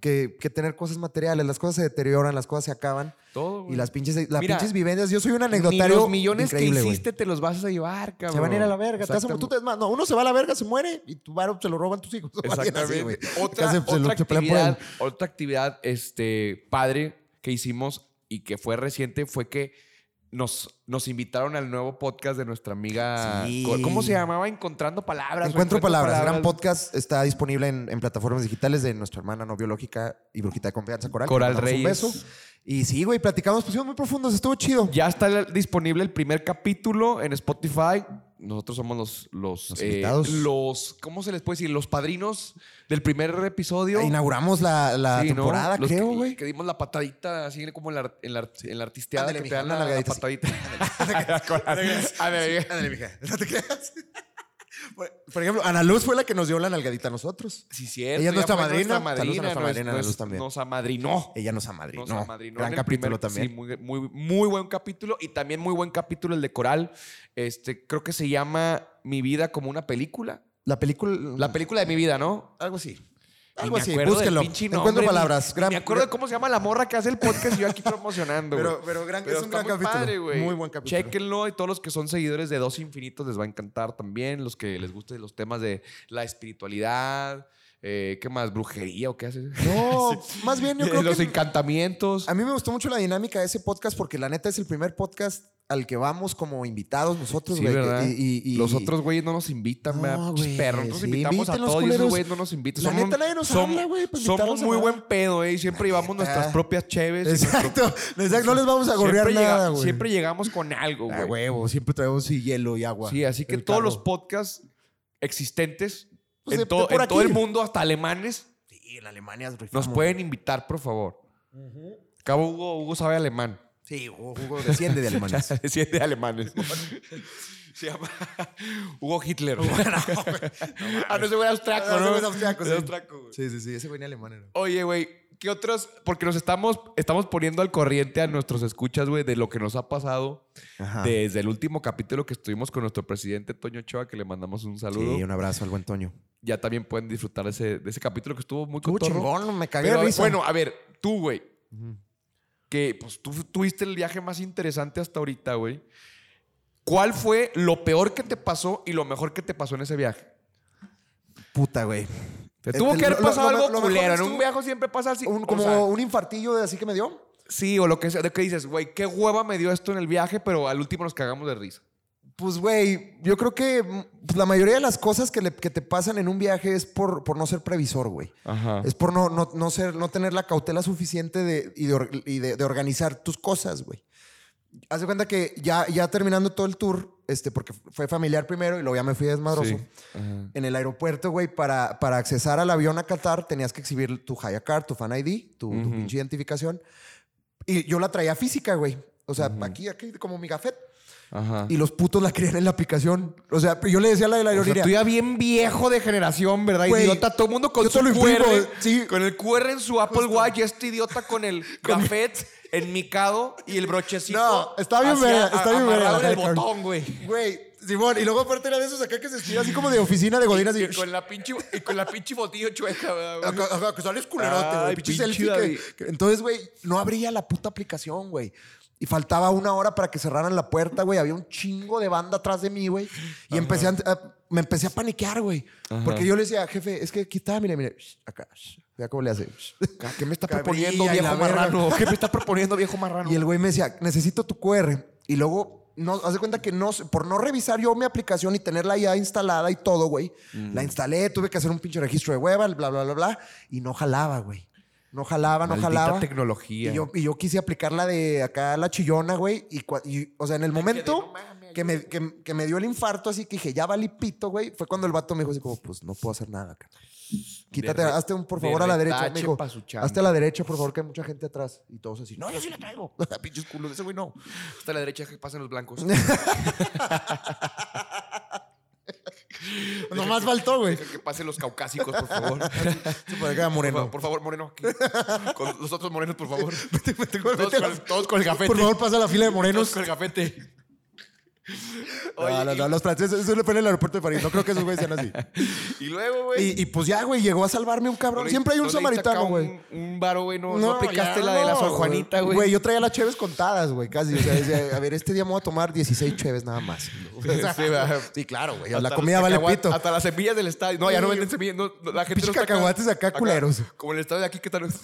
A: que, que tener cosas materiales. Las cosas se deterioran, las cosas se acaban.
B: Todo, güey.
A: Y las pinches, las
B: Mira,
A: pinches vivencias. Yo soy un
B: Ni
A: anecdotario.
B: los millones que
A: increíble, güey.
B: hiciste te los vas a llevar, cabrón.
A: Se van a ir a la verga. te hacen-
B: Exactam-
A: tú te- no, uno se va a la verga, se muere y tu varo se lo roban tus hijos. Así, güey.
B: Exactamente.
A: Que
B: Otra,
A: se- se
B: otra
A: lo- se pelean por él.
B: actividad, otra actividad, este, padre que hicimos y que fue reciente fue que nos, nos invitaron al nuevo podcast de nuestra amiga.
A: Sí.
B: Co- ¿Cómo se llamaba? Encontrando Palabras. o
A: Encuentro Palabras, gran
B: Palabras.
A: podcast, está disponible en, en plataformas digitales de nuestra hermana no biológica y brujita de confianza, Coral.
B: Coral
A: Le mandamos Un
B: Reyes.
A: beso. Y sí, güey, platicamos, pusimos muy profundos, estuvo chido.
B: Ya está el- disponible el primer capítulo en Spotify. Nosotros somos los, los, eh,
A: Los invitados.
B: los- ¿cómo se les puede decir? Los padrinos del primer episodio.
A: Inauguramos la, la
B: Sí, ¿no?
A: temporada,
B: Los
A: creo,
B: que-
A: güey.
B: Que dimos la patadita, así como en la, en la, en la artisteada
A: Ándale,
B: que te
A: mija,
B: dan
A: una
B: la, la
A: nalgadita así.
B: patadita. Ándale, mija.
A: Ándale, mija, no te creas. Por por ejemplo, Ana Luz fue la que nos dio la nalgadita a nosotros.
B: Sí, cierto.
A: Ella es
B: ya
A: nuestra
B: fue
A: madrina.
B: madrina,
A: Saludos a nuestra
B: nos-
A: madrina, Ana
B: nos-
A: Luz también.
B: Nos amadrinó.
A: Ella nos amadrinó.
B: Nos amadrinó
A: Gran
B: en el primer-
A: capítulo también.
B: Sí, muy, muy, muy buen capítulo y también muy buen capítulo el de Coral. Este, creo que se llama Mi vida como una película.
A: La película.
B: La película de mi vida, ¿no?
A: algo así.
B: Ni
A: Algo
B: me
A: así,
B: acuerdo del
A: búsquenlo.
B: pinche
A: Encuentro
B: nombre, ni-
A: palabras.
B: ni
A: gran-
B: me acuerdo de cómo se llama la morra que hace el podcast y yo aquí promocionando. güey.
A: Pero, pero gran, es un
B: está
A: gran
B: muy
A: capítulo.
B: padre, güey.
A: muy buen capítulo.
B: Chéquenlo y todos los que son seguidores de Dos Infinitos les va a encantar también. Los que les gusten los temas de la espiritualidad, eh, ¿qué más? ¿Brujería o qué haces?
A: No, más bien yo creo
B: los
A: que
B: encantamientos.
A: a mí me gustó mucho la dinámica de ese podcast porque la neta es el primer podcast al que vamos como invitados nosotros,
B: Sí,
A: güey.
B: ¿verdad?
A: que- y- y- y-
B: los otros güeyes no nos invitan,
A: No,
B: ¿verdad? Pinches
A: güey,
B: perros. Nosotros
A: sí,
B: invitamos a
A: invítenlos,
B: todos y esos
A: culeros.
B: güeyes no nos invitan.
A: La neta, nadie nos habla, güey, para
B: somos
A: invitarnos a
B: muy
A: nada.
B: buen pedo, ¿eh? Y Siempre llevamos
A: neta.
B: nuestras propias cheves. y
A: Exacto, exacto, No les vamos a gorrear
B: Siempre, llega-
A: nada, güey.
B: siempre llegamos con algo,
A: A
B: güey.
A: huevo, siempre traemos sí, hielo y agua.
B: sí, así que
A: El
B: todos
A: carro.
B: los podcasts existentes
A: Pues de- de
B: en, todo-
A: por
B: en
A: aquí.
B: todo el mundo, hasta alemanes,
A: Sí, en Alemania es
B: nos pueden invitar, por favor. Cabo Hugo, Hugo sabe alemán.
A: Sí, Hugo, Hugo desciende de Alemania.
B: Siete alemanes. Se llama Hugo Hitler. ah, no, se güey era austriaco,
A: Ah, ese
B: ¿no?
A: güey es austriaco,
B: Era
A: sí.
B: austriaco, güey.
A: sí, sí, sí. Ese güey ni alemán era.
B: Oye, güey, ¿qué otros? Porque nos estamos, estamos poniendo al corriente a nuestros escuchas, güey, de lo que nos ha pasado
A: Ajá.
B: desde el último capítulo que estuvimos con nuestro presidente Toño Ochoa, que le mandamos un saludo.
A: Sí, un abrazo al buen Toño.
B: Ya también pueden disfrutar de ese, de ese capítulo que estuvo muy
A: Estuvo
B: cotorro.
A: chingón, me cagué
B: Pero,
A: de risa.
B: bueno, a ver, tú, güey,
A: Ujú.
B: que pues tú tuviste el viaje más interesante hasta ahorita, güey. ¿Cuál fue lo peor que te pasó y lo mejor que te pasó en ese viaje?
A: puta, güey.
B: Te
A: Este,
B: tuvo que haber
A: lo- lo-
B: pasado
A: lo-
B: algo
A: lo mejor
B: culero. En
A: estuvo-
B: un viaje siempre pasa así.
A: Un-
B: o
A: como
B: sea,
A: un infartillo de así que me dio.
B: sí, o lo que sea. De que dices, güey, qué hueva me dio esto en el viaje, pero al último nos cagamos de risa.
A: Pues, güey, yo creo que mm, pues, la mayoría de las cosas que, le- que te pasan en un viaje es por, por no ser previsor, güey.
B: Ajá.
A: Es por no, no, no ser, no tener la cautela suficiente de, y de, or- y de- de organizar tus cosas, güey. Haz de cuenta que ya, ya terminando todo el tour, este, porque fue familiar primero y luego ya me fui desmadroso.
B: Sí. Ajá.
A: En el aeropuerto, güey, para, para accesar al avión a Qatar tenías que exhibir tu Hayakar, tu Fan ID, tu, tu
B: Ujú.
A: pinche identificación. Y yo la traía física, güey. O sea, aquí, aquí, como mi gafet.
B: Ajá.
A: Y los putos la querían en la aplicación. O sea, pero yo le decía a la de la
B: Ah. O sea,
A: aerolínea,
B: tú ya bien viejo de generación, ¿verdad?
A: Güey,
B: idiota, todo el mundo con
A: yo te
B: su
A: lo
B: QR,
A: imprimo, sí.
B: con el QR en su Apple Watch, y este idiota con el gafet enmicado y el brochecito.
A: No, está bien verga, está bien verga
B: amarrado
A: la
B: en el
A: cara, cabrón.
B: botón, güey.
A: Güey, Simón, y luego aparte era de esos acá que se escribe así como de oficina de Godín, así.
B: Y con la pinche, y con la pinche botillo chueca, ¿verdad, güey?
A: Ajá, ajá, que sales culerote,
B: Ay,
A: güey. pinche
B: pinche
A: selfie que-
B: David.
A: que- entonces, güey, no abría la puta aplicación, güey. Y faltaba una hora para que cerraran la puerta, güey. Había un chingo de banda atrás de mí, güey. Y empecé a, a- me empecé a paniquear, güey. Porque yo le decía, jefe, es que aquí está, mire, mire. shh, Acá, shh. vea cómo le hace. shh.
B: ¿Qué me está
A: Cabrilla
B: proponiendo
A: y la
B: viejo
A: verga.
B: marrano? ¿Qué me está proponiendo viejo marrano?
A: Y el güey me decía, necesito tu QR. Y luego, no, haz de cuenta que no, por no revisar yo mi aplicación y tenerla ya instalada y todo, güey.
B: Mm.
A: La instalé, tuve que hacer un pinche registro de hueva, bla, bla, bla, bla. Y no jalaba, güey. No jalaba, no
B: Maldita
A: jalaba.
B: tecnología.
A: Y yo, y yo quise aplicar la de acá, la chillona, güey. Y, cua- y, o sea, en el momento que me, que, que me dio el infarto, así que dije, ya valí pito, güey. Fue cuando el vato me dijo así como, pues no puedo hacer nada, carnal. Quítate,
B: re-
A: hazte un, por
B: de
A: favor, a la derecha.
B: retache
A: Me dijo,
B: pa' su chamba.
A: hazte a la derecha, por favor, que hay mucha gente atrás. Y todos así, no, yo sí la traigo. Pinches culos, ese güey no.
B: Hasta la derecha que pasan los blancos.
A: Pues Nomás faltó, güey.
B: que pasen los caucásicos, por favor.
A: Se puede quedar
B: Por favor,
A: moreno.
B: por favor, Moreno. aquí. Con los otros morenos, por favor.
A: con-
B: todos,
A: vete
B: con, todos con el gafete.
A: Por favor, pasa la fila de
B: todos
A: morenos.
B: con el gafete. Oye,
A: No, no, no, los franceses, eso le fue en el aeropuerto de París. No creo que esos güeyes sean así.
B: Y, y luego, güey.
A: Y, y pues ya, güey, llegó a salvarme un
B: no
A: cabrón.
B: le-
A: Siempre hay un
B: no le diste acá
A: samaritano, güey.
B: Un, un varo, güey. No, no aplicaste
A: ya
B: la de la
A: no,
B: Sor Juanita,
A: Güey,
B: güey.
A: yo traía las cheves contadas, güey, casi. O sea, decía, a ver, este día me voy a tomar 16 cheves nada más. ¿no? O sea,
B: Sí, va.
A: sí, claro, güey.
B: Hasta
A: La
B: los
A: comida vale
B: cacahuat-
A: pito.
B: Hasta las semillas del estadio. No, ya no
A: Sí.
B: venden semillas. no, no, la gente
A: Pinches
B: no saca-
A: cacahuates acá, culeros.
B: Como el estadio de aquí que tal vez.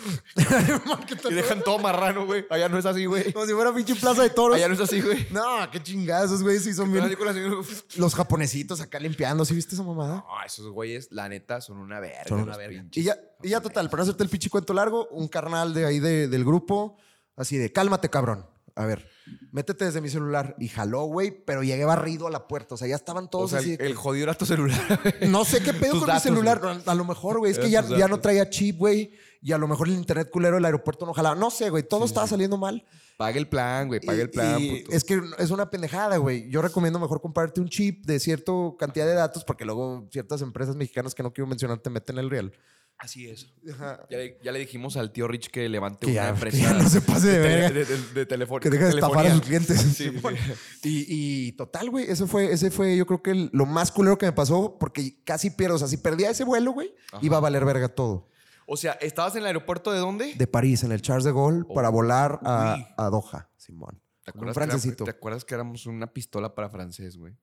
B: y dejan todo marrano, güey. Allá no es así, güey.
A: Como si fuera pinche plaza de toros.
B: Allá no es así, güey.
A: No, qué chingazos, güey. Sí, son
B: No,
A: bien.
B: así con la señora-
A: Los japonesitos acá limpiando. ¿Sí viste esa mamada?
B: No, esos güeyes, la neta, son una verga.
A: Son
B: una
A: unos
B: verga.
A: Y ya, y ya total, para no hacerte el pinche cuento largo, un carnal de ahí de- del grupo, así de, cálmate, cabrón. A ver, métete desde mi celular. Y jaló, güey, pero llegué barrido a la puerta. O sea, ya estaban
B: O
A: todos
B: sea,
A: así.
B: el,
A: de que-
B: el jodido era tu celular. güey.
A: No sé qué pedo
B: Tus
A: con
B: datos,
A: mi celular. A lo mejor, güey, es
B: Era
A: que ya,
B: tus
A: ya no
B: datos.
A: traía chip, güey. Y a lo mejor el internet culero del aeropuerto no ojalá. No sé, güey. Todo estaba saliendo mal.
B: Paga el plan, güey.
A: Y-
B: Paga el plan,
A: y
B: puto.
A: Es que es una pendejada, güey. Yo recomiendo mejor comprarte un chip de cierta cantidad de datos porque luego ciertas empresas mexicanas que no quiero mencionar te meten el real.
B: Así es. Ya le, ya le dijimos al tío Rich que levante
A: Que
B: una
A: ya,
B: empresa.
A: que ya no se pase de
B: tele-
A: verga.
B: De, de- de teléfono.
A: Que deja de estafar a sus
B: telefonía.
A: clientes.
B: Sí, sí, sí.
A: Y, y total, güey, ese fue, ese fue yo creo que el- lo más culero que me pasó porque casi pierdo. O sea, si perdía ese vuelo, güey, iba a valer verga todo.
B: O sea, ¿estabas en el aeropuerto de dónde?
A: de París, en el Charles de Gaulle, para volar a, a Doha, Simón.
B: Oh, ¿Te
A: Con un
B: acuerdas que era-
A: francesito.
B: ¿Te acuerdas que éramos una pistola para francés, güey?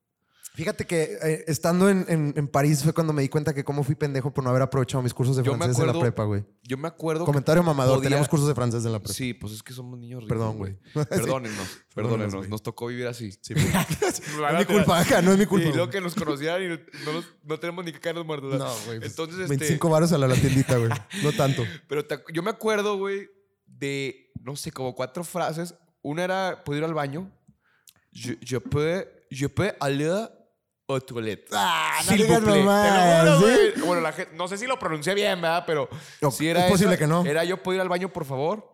A: Fíjate que eh, estando en, en- en París fue cuando me di cuenta que cómo fui pendejo por no haber aprovechado mis cursos de
B: Yo me
A: francés en
B: acuerdo-
A: la prepa, güey.
B: Yo me acuerdo. que-
A: Comentario mamador,
B: podía-
A: teníamos cursos de francés en la prepa.
B: Sí, pues es que somos niños ricos.
A: Perdón, güey.
B: Perdónennos, perdónennos.
A: güey.
B: Nos tocó vivir así.
A: No es mi culpa, acá, no es mi culpa.
B: Y
A: güey.
B: lo que nos conocían y no, nos- no tenemos ni que caernos muertos.
A: No, güey. pues,
B: Entonces, este,
A: 25 varos a la, la tiendita, güey. No tanto.
B: Pero te ac- yo me acuerdo, güey, de, no sé, como cuatro frases. Una era, ¿puedo ir al baño? Je, je peux, je peux aller aux toilettes.
A: Ah, no
B: S'il vous
A: digas
B: plaît. Te lo
A: mamadas,
B: juro,
A: ¿sí?
B: güey. Bueno, la gente, no sé si lo pronuncié bien, ¿verdad? Pero
A: No,
B: si era
A: es posible
B: esa,
A: que no.
B: Era yo puedo ir al baño, por favor.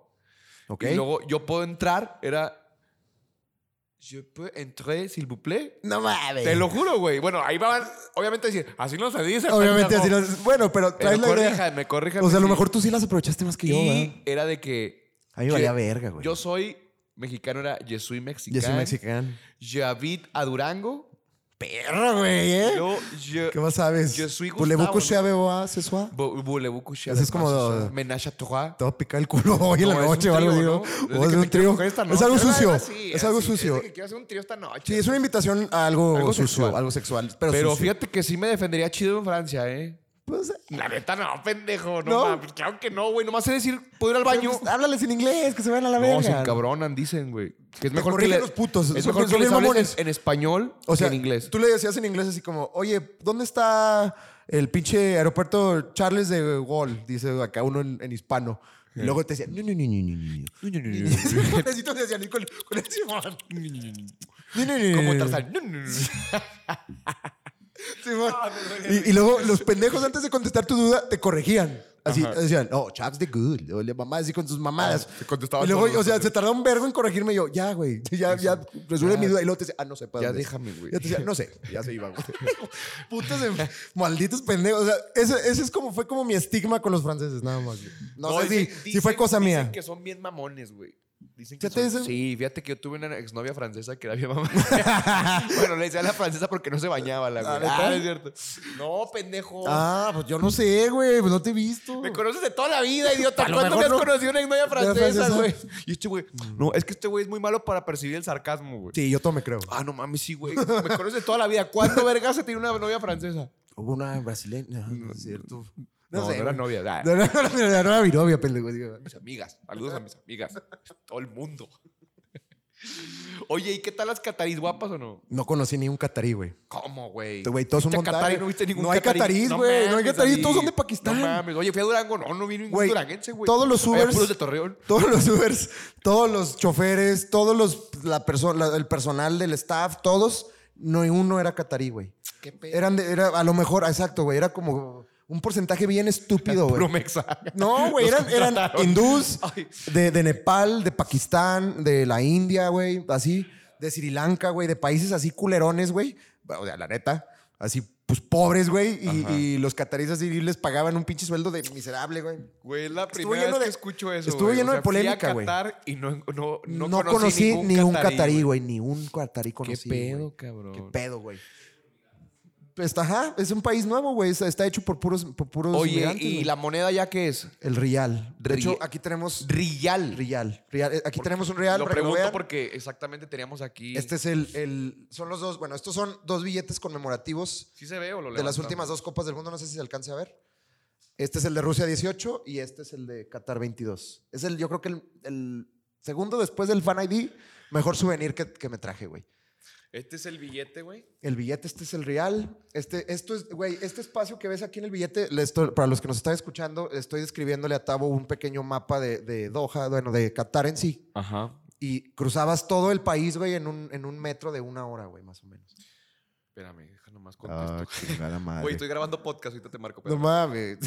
A: Ok.
B: Y luego yo puedo entrar, era... Je peux entrer, s'il vous plaît.
A: no mames.
B: Te lo juro, güey. Bueno, ahí van, obviamente, decir, así no se dice.
A: Obviamente,
B: pendejo.
A: así no es- Bueno, pero traes la
B: Pero
A: idea.
B: corríjanme, corríjanme.
A: O sea, a lo
B: sí.
A: mejor tú sí las aprovechaste más que yo, ¿verdad?
B: Y era de que.
A: A mí me
B: yo-
A: valía verga, güey.
B: Yo soy mexicano, era yo soy mexicano.
A: Yo soy mexicano.
B: Javid a Durango.
A: Perro, güey, ¿eh?
B: Yo, yo.
A: ¿Qué más sabes? Pues
B: Yo soy
A: Voulez-vous
B: Gustavo,
A: coucher avec moi ce soir?
B: Bo- Voulez-vous coucher
A: Eso es
B: avec
A: como
B: moi ce
A: de-
B: soir? Ménage à trois.
A: Te voy a picar el culo hoy en
B: No,
A: la
B: es un
A: noche o algo,
B: trío,
A: digo.
B: ¿no? Desde
A: O es
B: que
A: un
B: te quiero
A: trío.
B: coger esta
A: Es algo
B: noche.
A: sucio.
B: Era así,
A: Es algo
B: así,
A: sucio.
B: de que quiero hacer un trío esta noche.
A: Sí, es una invitación a algo,
B: Algo
A: sucio,
B: sexual.
A: algo sexual. Pero,
B: Pero
A: sucio.
B: fíjate que sí me defendería chido en Francia, ¿eh?
A: Pues,
B: La neta, no, pendejo. No,
A: ¿No?
B: mames, pues claro que no, güey. Nomás sé decir, puedo ir al baño.
A: pues, háblales en inglés, que se vayan a la verga.
B: No, se encabronan, dicen, güey. Que es
A: Te
B: mejor que,
A: corrigen
B: le-
A: los putos.
B: es
A: Son-
B: mejor que
A: son
B: les
A: bien
B: hables
A: mamones.
B: en, en español
A: O sea,
B: que en inglés.
A: tú le decías en inglés así como, oye, ¿dónde está el pinche aeropuerto Charles de Gaulle? Dice acá uno en, en hispano. Y luego te decía, no, no, no, no, no, no, no, no, no". Pobrecito se hacían con, con el Simón. No, no, no, no,
B: Como
A: no.
B: Tarzán. No, no, no.
A: Simón. Y, y luego los pendejos antes de contestar tu duda te corregían. Así decían, no, Charles de Gaulle. O la mamá así con sus mamadas.
B: Ah, te contestaban
A: y luego,
B: todos los
A: o sea,
B: pendejos.
A: se tardó un vergo en corregirme. y Yo, ya, güey, ya, ya, resuelve mi duda. Y luego te decía, ah, no sé, ¿para
B: Ya
A: dónde es?".
B: déjame, güey.
A: Ya te decía, no sé, ya se iba, güey. Putos em- malditos pendejos. O sea, ese, ese es como, fue como mi estigma con los franceses, nada más. güey. No, sé si,
B: dicen-
A: si
B: dicen-
A: fue cosa
B: dicen
A: mía.
B: que son bien mamones, güey. Dicen
A: ¿Ya
B: que
A: te
B: son-
A: dicen?
B: Sí, fíjate que yo tuve una exnovia francesa que era bien mamona. bueno, le decía a la francesa porque no se bañaba la güey.
A: ¿neta?
B: Ah, es cierto. No, pendejo.
A: Ah, pues yo no sé, güey, pues no te he visto.
B: Me conoces de toda la vida, idiota.
A: A lo
B: ¿Cuándo
A: mejor
B: me has
A: no-
B: conocido una exnovia francesa,
A: francesa. Mm.
B: güey? Y este güey, no, es que este güey es muy malo para percibir el sarcasmo, güey.
A: Sí, yo todo me creo.
B: Ah, no mames, sí, güey. Me conoces de toda la vida. ¿Cuándo verga se tiene una novia francesa?
A: Hubo una brasileña, no es cierto.
B: No, no, era
A: güey.
B: novia. ah,
A: No, no, no, no, no, no era mi novia, pendejo. digo.
B: mis amigas. Saludos a mis amigas. Todo el mundo. Oye, ¿y qué tal las catarís guapas o no?
A: No conocí ni un catarí, güey.
B: ¿Cómo, güey?
A: Este, güey, todos son
B: Viste a
A: montajes.
B: catarí, no viste ningún
A: No hay catarís, güey, no hay
B: mames,
A: catarís,
B: Ali.
A: todos son de Pakistán.
B: No mames. Oye, fui a Durango. No, no vi ningún
A: Güey,
B: duranguense, güey.
A: todos los
B: Había
A: Ubers-
B: puros de Torreón.
A: Todos los Ubers, todos los choferes, todos los la perso- la- el personal del staff, todos, no uno era catarí, güey.
B: Qué pedo.
A: Eran de- era a lo mejor, exacto, güey, era como un porcentaje bien estúpido, güey.
B: Puro mexa.
A: No, güey,
B: Los
A: eran, eran
B: contrataron.
A: hindús
B: Ay.
A: de, de Nepal, de Pakistán, de la India, güey, así, de Sri Lanka, güey, de países así culerones, güey. O sea, la neta, así, pues pobres, güey, y, y los cataríes así les pagaban un pinche sueldo de miserable, güey.
B: Güey, es la
A: Estuvo
B: primera
A: lleno
B: vez
A: de-
B: que escucho eso.
A: estuvo
B: güey.
A: lleno de
B: fui a
A: polémica, güey.
B: Qatar Y no, no, no
A: No, conocí, ni un catarí, güey,
B: güey.
A: ni un catarí conocí.
B: pedo,
A: güey.
B: cabrón.
A: Qué pedo, güey. Pues, ajá, es un país nuevo, güey. Está está hecho por puros, por puros
B: Oye,
A: inmigrantes,
B: ¿y
A: güey.
B: la moneda ya qué es?
A: El rial. De
B: Ri-
A: hecho, aquí tenemos
B: Rial.
A: rial. rial. Eh, Aquí tenemos un rial.
B: Lo
A: para que
B: pregunto
A: vean.
B: porque exactamente teníamos aquí.
A: Este es el, el- Son los dos. Bueno, estos son dos billetes conmemorativos
B: ¿Sí se ve o lo
A: de las
B: levantamos?
A: últimas dos Copas del Mundo. No sé si se alcance a ver. Este es el de Rusia 18 y este es el de Qatar 22. Es el, yo creo que el, el segundo después del Fan ID, mejor souvenir que, que me traje, güey.
B: Este es el billete, güey.
A: El billete, este es el real. Este, esto es, güey, este espacio que ves aquí en el billete, le estoy- para los que nos están escuchando, estoy describiéndole a Tavo un pequeño mapa de, de Doha, bueno, de Qatar en sí.
B: Ajá.
A: Y cruzabas todo el país, güey, en un, en un metro de una hora, güey, más o menos.
B: Espérame, deja nomás contesto.
A: chingada madre.
B: Güey, estoy grabando podcast, ahorita te marco.
A: Ah, No
B: Pero...
A: mames.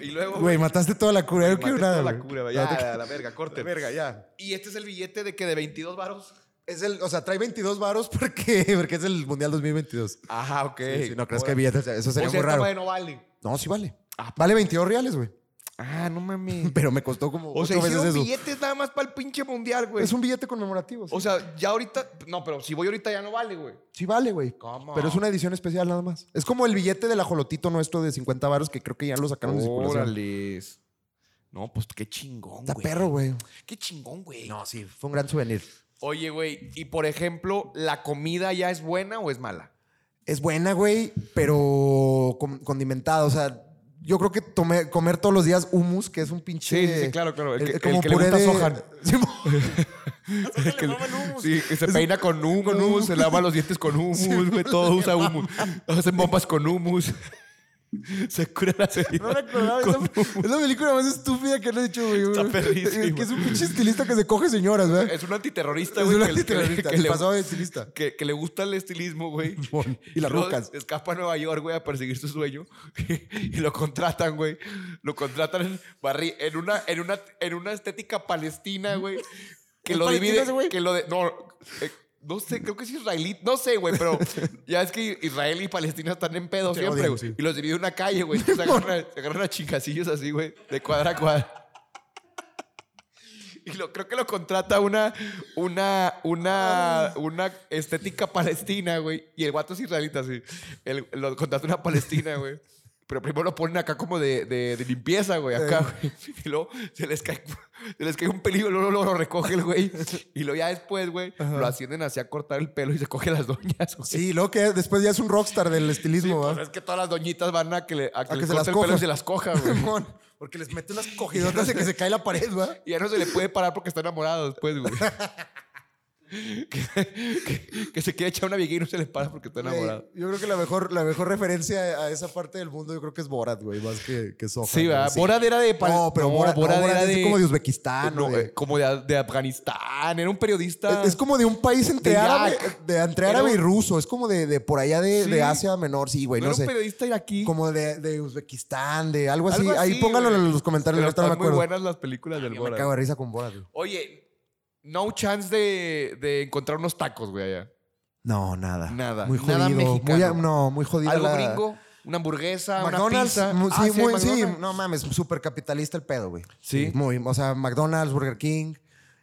B: Y luego.
A: Güey, mataste toda la cura. Yo
B: maté
A: quiero
B: toda
A: nada,
B: la
A: güey.
B: cura, güey.
A: No,
B: Ya,
A: te-
B: a la verga, corte.
A: Verga, ya.
B: Y este es el billete de que de 22 varos.
A: Es el, o sea, trae 22 varos porque, porque es el Mundial 2022.
B: Ajá, ok.
A: Sí, sí, no crees que hay billetes, o sea, eso sería
B: o sea,
A: muy
B: esta
A: raro.
B: madre no vale.
A: No, sí vale.
B: Ah,
A: Vale 22 reales, güey.
B: Ah, no mames.
A: Pero me costó como
B: O sea,
A: ocho veces
B: hicieron
A: eso.
B: billetes nada más para el pinche mundial, güey.
A: Es un billete conmemorativo. Sí,
B: O sea, ya ahorita. No, pero si voy ahorita ya no vale, güey.
A: Sí vale, güey.
B: ¿Cómo?
A: Pero es una edición especial nada más. Es como el billete del ajolotito nuestro de 50 varos que creo que ya lo sacaron de circulación.
B: Órales. No, pues qué chingón,
A: Está
B: güey.
A: perro, güey.
B: Qué chingón, güey.
A: No, sí, fue un gran souvenir.
B: Oye, güey, y por ejemplo, ¿la comida ya es buena o es mala?
A: Es buena, güey, pero con- condimentada. O sea, yo creo que tomé- comer todos los días hummus, que es un pinche.
B: Sí, sí, sí, claro, claro. El que- el que le
A: puré
B: gusta
A: de-
B: Sohan.
A: Sí,
B: El que, sí, que se peina con humus, se lava los dientes con humus, güey, todo usa humus. Hacen bombas con humus. Se cura la
A: no
B: herida.
A: recordaba. esa- Es la película más estúpida que han hecho, güey.
B: Está perrísima.
A: Que es un pinche estilista que se coge señoras, ¿verdad?
B: Es un antiterrorista,
A: Es
B: güey.
A: un
B: que- que-
A: antiterrorista.
B: que
A: se
B: le-
A: pasó de estilista.
B: que, que le gusta el estilismo, güey.
A: Simón. Y las
B: luego
A: rucas.
B: Escapa a Nueva York, güey, a perseguir su sueño. y lo contratan, güey. Lo contratan en, barri- en, una, en, una, en una estética palestina, güey. Que
A: ¿Es
B: lo
A: palestina
B: divide.
A: ese güey?
B: Que lo de, no, eh, no sé, creo que es israelí. No sé, güey, pero ya es que Israel y Palestina están en pedo
A: Se
B: siempre,
A: odian,
B: güey.
A: sí.
B: Y los divide una calle, güey. Entonces agarran, se agarran a chingacillos así, güey, de cuadra a cuadra. Y lo, creo que lo contrata una, una, una, una estética palestina, güey. Y el guato es israelita, sí. El- lo contrata una palestina, güey. Pero primero lo ponen acá como de, de- de limpieza, güey,
A: Eh.
B: acá, güey. Y luego se les cae, se les cae un pelillo, luego, luego lo recoge el güey. Y luego ya después, güey, lo ascienden hacia cortar el pelo y se coge las doñas, güey.
A: Sí, luego que después ya es un rockstar del estilismo,
B: Pues
A: ¿va?
B: es que todas las doñitas van a que, le, a que
A: A que se
B: les corte
A: las
B: el pelo
A: coja.
B: y se las coja, güey.
A: Simón, Porque les mete unas cogidotas de que se cae la pared, ¿va?
B: Y ya no se le puede parar porque está enamorado después, güey. que, que- que se quiere echar una vieja y no se le para porque está
A: Güey,
B: enamorado.
A: yo creo que la mejor, la mejor referencia a esa parte del mundo, yo creo que es Borat, güey, más que, que Soja.
B: Sí,
A: güey,
B: ¿verdad? Borat era de... pal-
A: No, pero
B: no,
A: Borat, no, Borat
B: era
A: es
B: de...
A: como de Uzbekistán,
B: no,
A: güey.
B: eh, como de, de Afganistán. Era un periodista...
A: Es, es como de un país entre
B: de
A: árabe,
B: Irak.
A: de, entre
B: Pero-
A: árabe y ruso. Es como de, de por allá de,
B: Sí.
A: de Asia Menor, sí, güey,
B: no
A: no,
B: era un
A: sé.
B: periodista iraquí.
A: Como de, de Uzbekistán, de algo así.
B: Algo
A: Ahí
B: así,
A: pónganlo
B: güey.
A: en los comentarios,
B: Pero
A: ahorita no me
B: están muy
A: acuerdo.
B: buenas las películas del
A: Yo me
B: Borat.
A: cago de risa con Borat, güey.
B: Oye, no chance de, de encontrar unos tacos, güey, allá.
A: No, nada.
B: Nada.
A: Muy jodido.
B: Nada
A: muy, a-
B: mexicano.
A: no, muy jodido.
B: Algo
A: la-
B: gringo, una hamburguesa, una
A: McDonald's,
B: pizza.
A: mu- sí,
B: Ah,
A: muy, sí,
B: McDonald's.
A: no mames, súper capitalista el pedo, güey.
B: Sí.
A: Muy, o sea, McDonald's, Burger King,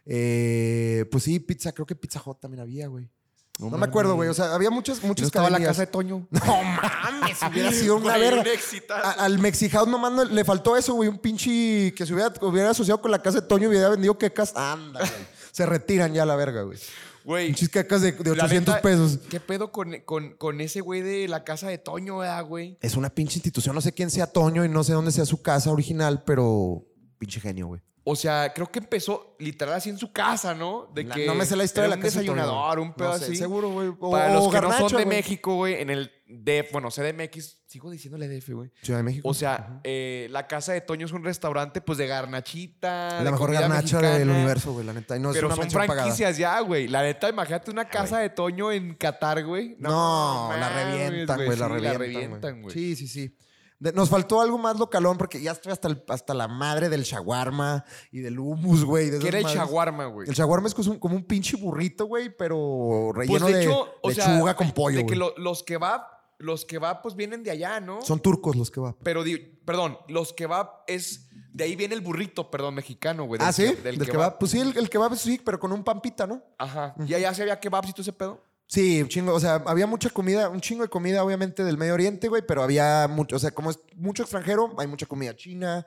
A: eh, pues sí, pizza, creo que Pizza Hut también había, güey. No, me
B: mames.
A: acuerdo, güey, o sea, había muchas,
B: Yo
A: muchas
B: estaba en la
A: cadenas.
B: casa de Toño.
A: No mames, hubiera sido una
B: Güey,
A: verga.
B: un exitazo.
A: A- al Mexi House nomás no- le faltó eso, güey, un pinche que se hubiera, hubiera asociado con la casa de Toño y hubiera vendido quecas. Anda, güey. Se retiran ya a la verga, güey.
B: Güey.
A: Pinches quecas de, de
B: la
A: 800
B: neta,
A: pesos.
B: ¿Qué pedo con, con, con ese güey de la casa de Toño, ¿verdad, güey?
A: Es una pinche institución, no sé quién sea Toño y no sé dónde sea su casa original, pero pinche genio, güey.
B: O sea, creo que empezó literal así en su casa, ¿no? De
A: La-
B: que
A: no me sé la historia
B: era
A: de la casa de
B: Un
A: Toño,
B: desayunador, un
A: güey.
B: pedo
A: No sé,
B: así.
A: seguro, güey. O-
B: Para los
A: o
B: que no
A: garnacha,
B: son de
A: güey.
B: México, güey, en el DF, bueno, CDMX, sigo diciéndole DF, güey.
A: Ciudad de México.
B: O sea, eh, la casa de Toño es un restaurante, pues, de garnachita.
A: la
B: de
A: mejor
B: comida
A: garnacha del
B: mexicana.
A: universo, güey, la neta. Y no es
B: pero
A: una
B: son
A: mención pagada.
B: franquicias ya, güey. La neta, imagínate una casa de Toño en Qatar, güey.
A: No, la
B: mames,
A: revientan, güey, la
B: sí,
A: revientan.
B: güey.
A: Sí, sí, sí. De- nos faltó algo más localón porque ya estoy hasta, el- hasta la madre del shawarma y del hummus, güey. de esas
B: Que era el
A: madres.
B: shawarma, güey. Pues,
A: El shawarma es como un, como un pinche burrito, güey, pero relleno de,
B: o sea,
A: lechuga con pollo,
B: De que
A: güey.
B: lo- los kebab, los kebab, pues vienen de allá, ¿no?
A: Son turcos los que va.
B: Pero, di- perdón, los kebab es. De ahí viene el burrito, perdón, mexicano, güey. del
A: Ah, ¿sí?
B: ke-
A: Del, kebab. Pues sí, el, el kebab es sí, pero con un pampita, ¿no?
B: Ajá. Y allá se había kebabs y todo ese pedo.
A: Sí, un chingo, o sea, había mucha comida, un chingo de comida obviamente del Medio Oriente, güey, pero había mucho, o sea, como es mucho extranjero, hay mucha comida china,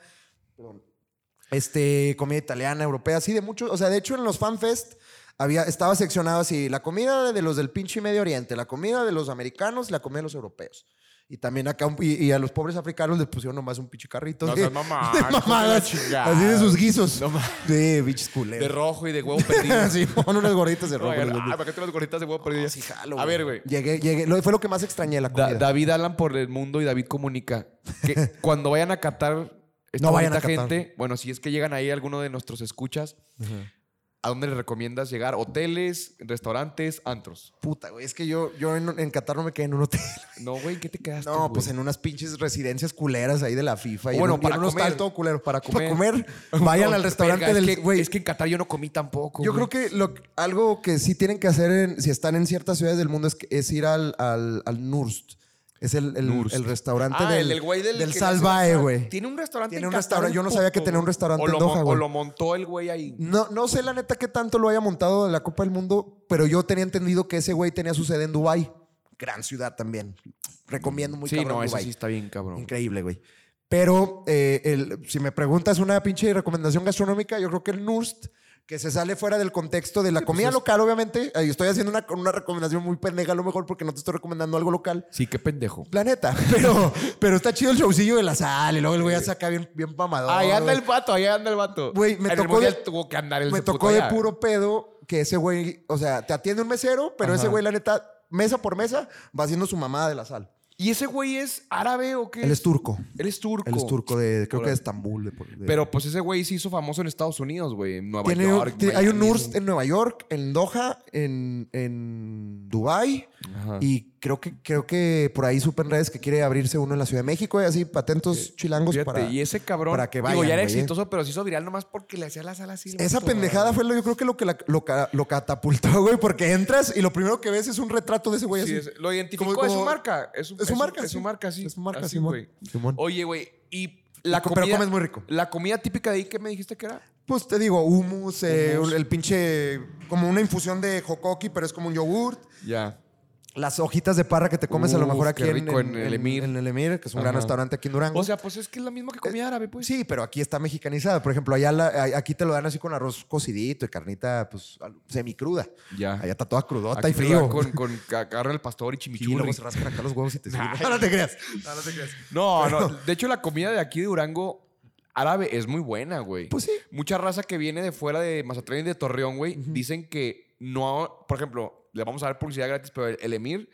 A: perdón, este, comida italiana, europea, así de mucho, o sea, de hecho en los fanfest había, estaba seccionado así, la comida de los del pinche Medio Oriente, la comida de los americanos, la comida de los europeos. Y también acá, un- y, y a los pobres africanos les pusieron nomás un pinche carrito
B: No
A: de,
B: seas mamá,
A: de
B: hijo de la
A: mamadas,
B: chingada.
A: así de sus guisos.
B: No mames.
A: de bichos
B: De
A: culeros.
B: rojo y Eh. de huevo perdido.
A: Sí, con unas gorditas de rojo.
B: Ay,
A: les
B: ay,
A: vendí.
B: ¿para qué te las gorritas de huevo perdido?
A: Sí, jalo,
B: A ver, güey.
A: Llegué, llegué. Lo- fue lo que más extrañé la
B: Da-
A: comida.
B: David Alan por el mundo y David comunica. Que cuando vayan a Qatar, esta
A: No vayan
B: bonita
A: a Qatar.
B: gente, bueno, si es que llegan ahí alguno de nuestros escuchas, ¿a dónde les recomiendas llegar? ¿Hoteles, restaurantes, antros?
A: Puta, güey. Es que yo, yo en, en Qatar no me quedé en un hotel.
B: No, güey, ¿qué te quedaste?
A: No,
B: güey?
A: pues en unas pinches residencias culeras ahí de la FIFA. y en
B: Bueno,
A: un- y en
B: para
A: un hostal
B: comer.
A: todo culero.
B: Para
A: Para
B: comer.
A: comer, vayan
B: No,
A: al restaurante
B: verga, es
A: del...
B: que-
A: güey,
B: Es que en Qatar yo no comí tampoco.
A: yo creo que lo- algo que sí tienen que hacer en- si están en ciertas ciudades del mundo es, que- es ir al, al, al Nurst. Es el, el-
B: Nurst.
A: el restaurante
B: Ah,
A: del,
B: el del güey del, que le hace
A: Salvae,
B: la-
A: güey.
B: Tiene un restaurante
A: Tiene
B: en
A: un
B: Qatar,
A: restaurante.
B: el
A: Yo no sabía que
B: puto,
A: tenía un restaurante
B: o lo
A: en Doha,
B: mon- O
A: güey.
B: lo montó el güey ahí.
A: No, no sé la neta qué tanto lo haya montado de la Copa del Mundo, pero yo tenía entendido que ese güey tenía su sede en Dubai. Gran ciudad también. Recomiendo muy
B: sí,
A: cabrón
B: no, eso
A: Dubái.
B: sí está bien, cabrón.
A: Increíble, güey. Pero eh, el- si me preguntas una pinche recomendación gastronómica, yo creo que el Nurst, que se sale fuera del contexto de la comida
B: pues es-
A: local, obviamente. Ahí estoy haciendo una, una recomendación muy pendeja a lo mejor porque no te estoy recomendando algo local.
B: Sí, qué pendejo.
A: La neta, pero, pero está chido el showcillo de la sal y luego el güey ya saca bien, bien pamador.
B: Ahí anda
A: güey.
B: el vato, ahí anda el vato.
A: Güey, me
B: En el
A: tocó
B: Mundial
A: de-
B: tuvo que andar el
A: me
B: ese puto
A: tocó de
B: allá.
A: puro pedo que ese güey, o sea, te atiende un mesero, pero
B: Ajá.
A: ese güey, la neta, mesa por mesa, va haciendo su mamada de la sal.
B: ¿Y ese güey es árabe o qué?
A: Él es turco.
B: Él es turco.
A: Él es turco de, creo que
B: Órale.
A: de Estambul. de por- de-
B: Pero pues ese güey se hizo famoso en Estados Unidos, güey. En Nueva
A: Tiene-
B: York.
A: tiene- hay un
B: Miami.
A: URSS en Nueva York, en Doha, en, en Dubái.
B: Ajá.
A: Y creo que, creo que por ahí supe en redes que quiere abrirse uno en la Ciudad de México, y así patentos chilangos
B: Fíjate,
A: para.
B: y ese cabrón.
A: para que
B: digo,
A: vayan,
B: ya era
A: güey, eh.
B: exitoso, pero se hizo viral nomás porque le hacía la sala así. el
A: Esa
B: vato, güey.
A: pendejada fue lo, yo creo que lo que la- lo, ca- lo catapultó, güey, porque entras y lo primero que ves es un retrato de ese güey
B: Sí,
A: así.
B: es- lo identificó,
A: Como-
B: es su
A: como-
B: marca. Es su,
A: es su marca,
B: Es su
A: sí.
B: marca, sí.
A: Es su marca,
B: Así,
A: Simón.
B: güey.
A: Simón.
B: Oye, güey, y la
A: Pero
B: comida.
A: comes muy rico.
B: La comida típica de ahí, ¿qué me dijiste que era?
A: Pues te digo, hummus, eh,
B: Hummus.
A: el pinche. como una infusión de jocoqui, pero es como un yogurt.
B: Ya.
A: Las hojitas de parra que te comes a lo
B: Uf,
A: mejor aquí
B: qué
A: en,
B: rico en El Emir.
A: en El Emir, que es un gran
B: Ajá.
A: restaurante aquí en Durango.
B: O sea, pues es que es lo mismo que comida árabe, pues.
A: sí, pero aquí está mexicanizada. Por ejemplo, allá la- a- aquí te lo dan así con arroz cocidito y carnita pues al- semicruda.
B: Ya.
A: Allá está toda crudota
B: Ah. Aquí
A: y
B: te lo
A: frío.
B: dan Con, con ca- agarra el pastor y
A: Sí, luego
B: chimichurri.
A: se rascan acá los huevos y te sirven. No, no te creas. No, no te creas.
B: no, no. De hecho, la comida de aquí de Durango árabe es muy buena, güey.
A: Pues sí.
B: Mucha raza que viene de fuera de Mazatlán y de Torreón, güey, dicen que no, por ejemplo, le vamos a dar publicidad gratis, pero el, el Emir,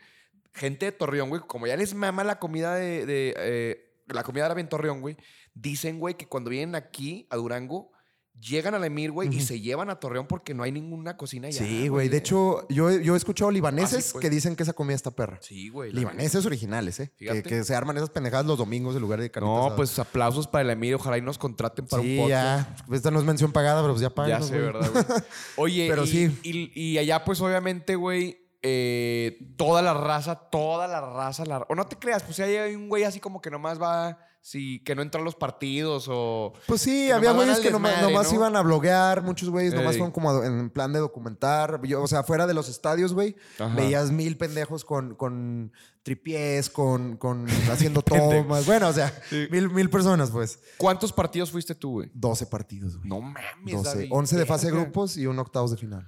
B: gente de Torreón, güey, como ya les mama la comida de, de, eh, la comida árabe en Torreón, güey, dicen, güey, que cuando vienen aquí a Durango, llegan al Emir, güey, y
A: Ujú.
B: se llevan a Torreón porque no hay ninguna cocina ya.
A: Sí, güey. De hecho, yo, yo he escuchado libaneses
B: Así fue.
A: que dicen que esa comida está perra.
B: Ah, pues. sí, güey. la neta.
A: Libaneses originales, ¿eh? Que,
B: Fíjate.
A: que se arman esas pendejadas los domingos en lugar de carnitas.
B: No,
A: asadas.
B: pues aplausos para el Emir, ojalá y nos contraten para un
A: Sí,
B: podcast.
A: ya. Esta no es mención pagada, pero pues ya pagan.
B: Ya sé, ¿verdad, güey? Oye,
A: Pero
B: y,
A: sí.
B: y, y allá, pues, obviamente, güey, eh, toda la raza, toda la raza, la- o no te creas, pues, ahí hay un güey así como que nomás va, si, que no entra a los partidos o...
A: Pues sí,
B: Que
A: había
B: nomás van
A: güeyes
B: al
A: que nomás,
B: desmadre,
A: nomás
B: ¿no?
A: iban a bloguear, muchos güeyes nomás
B: Ey.
A: fueron como a- en plan de documentar. Yo, o sea, fuera de los estadios, güey,
B: Ajá.
A: veías mil pendejos con, con tripiés, con, con haciendo tomas. bueno, o sea, mil, mil personas, pues.
B: ¿Cuántos partidos fuiste tú, güey?
A: 12 partidos, güey.
B: No mames,
A: 12.
B: David.
A: 11 de fase de
B: Verga.
A: grupos y un octavos de final.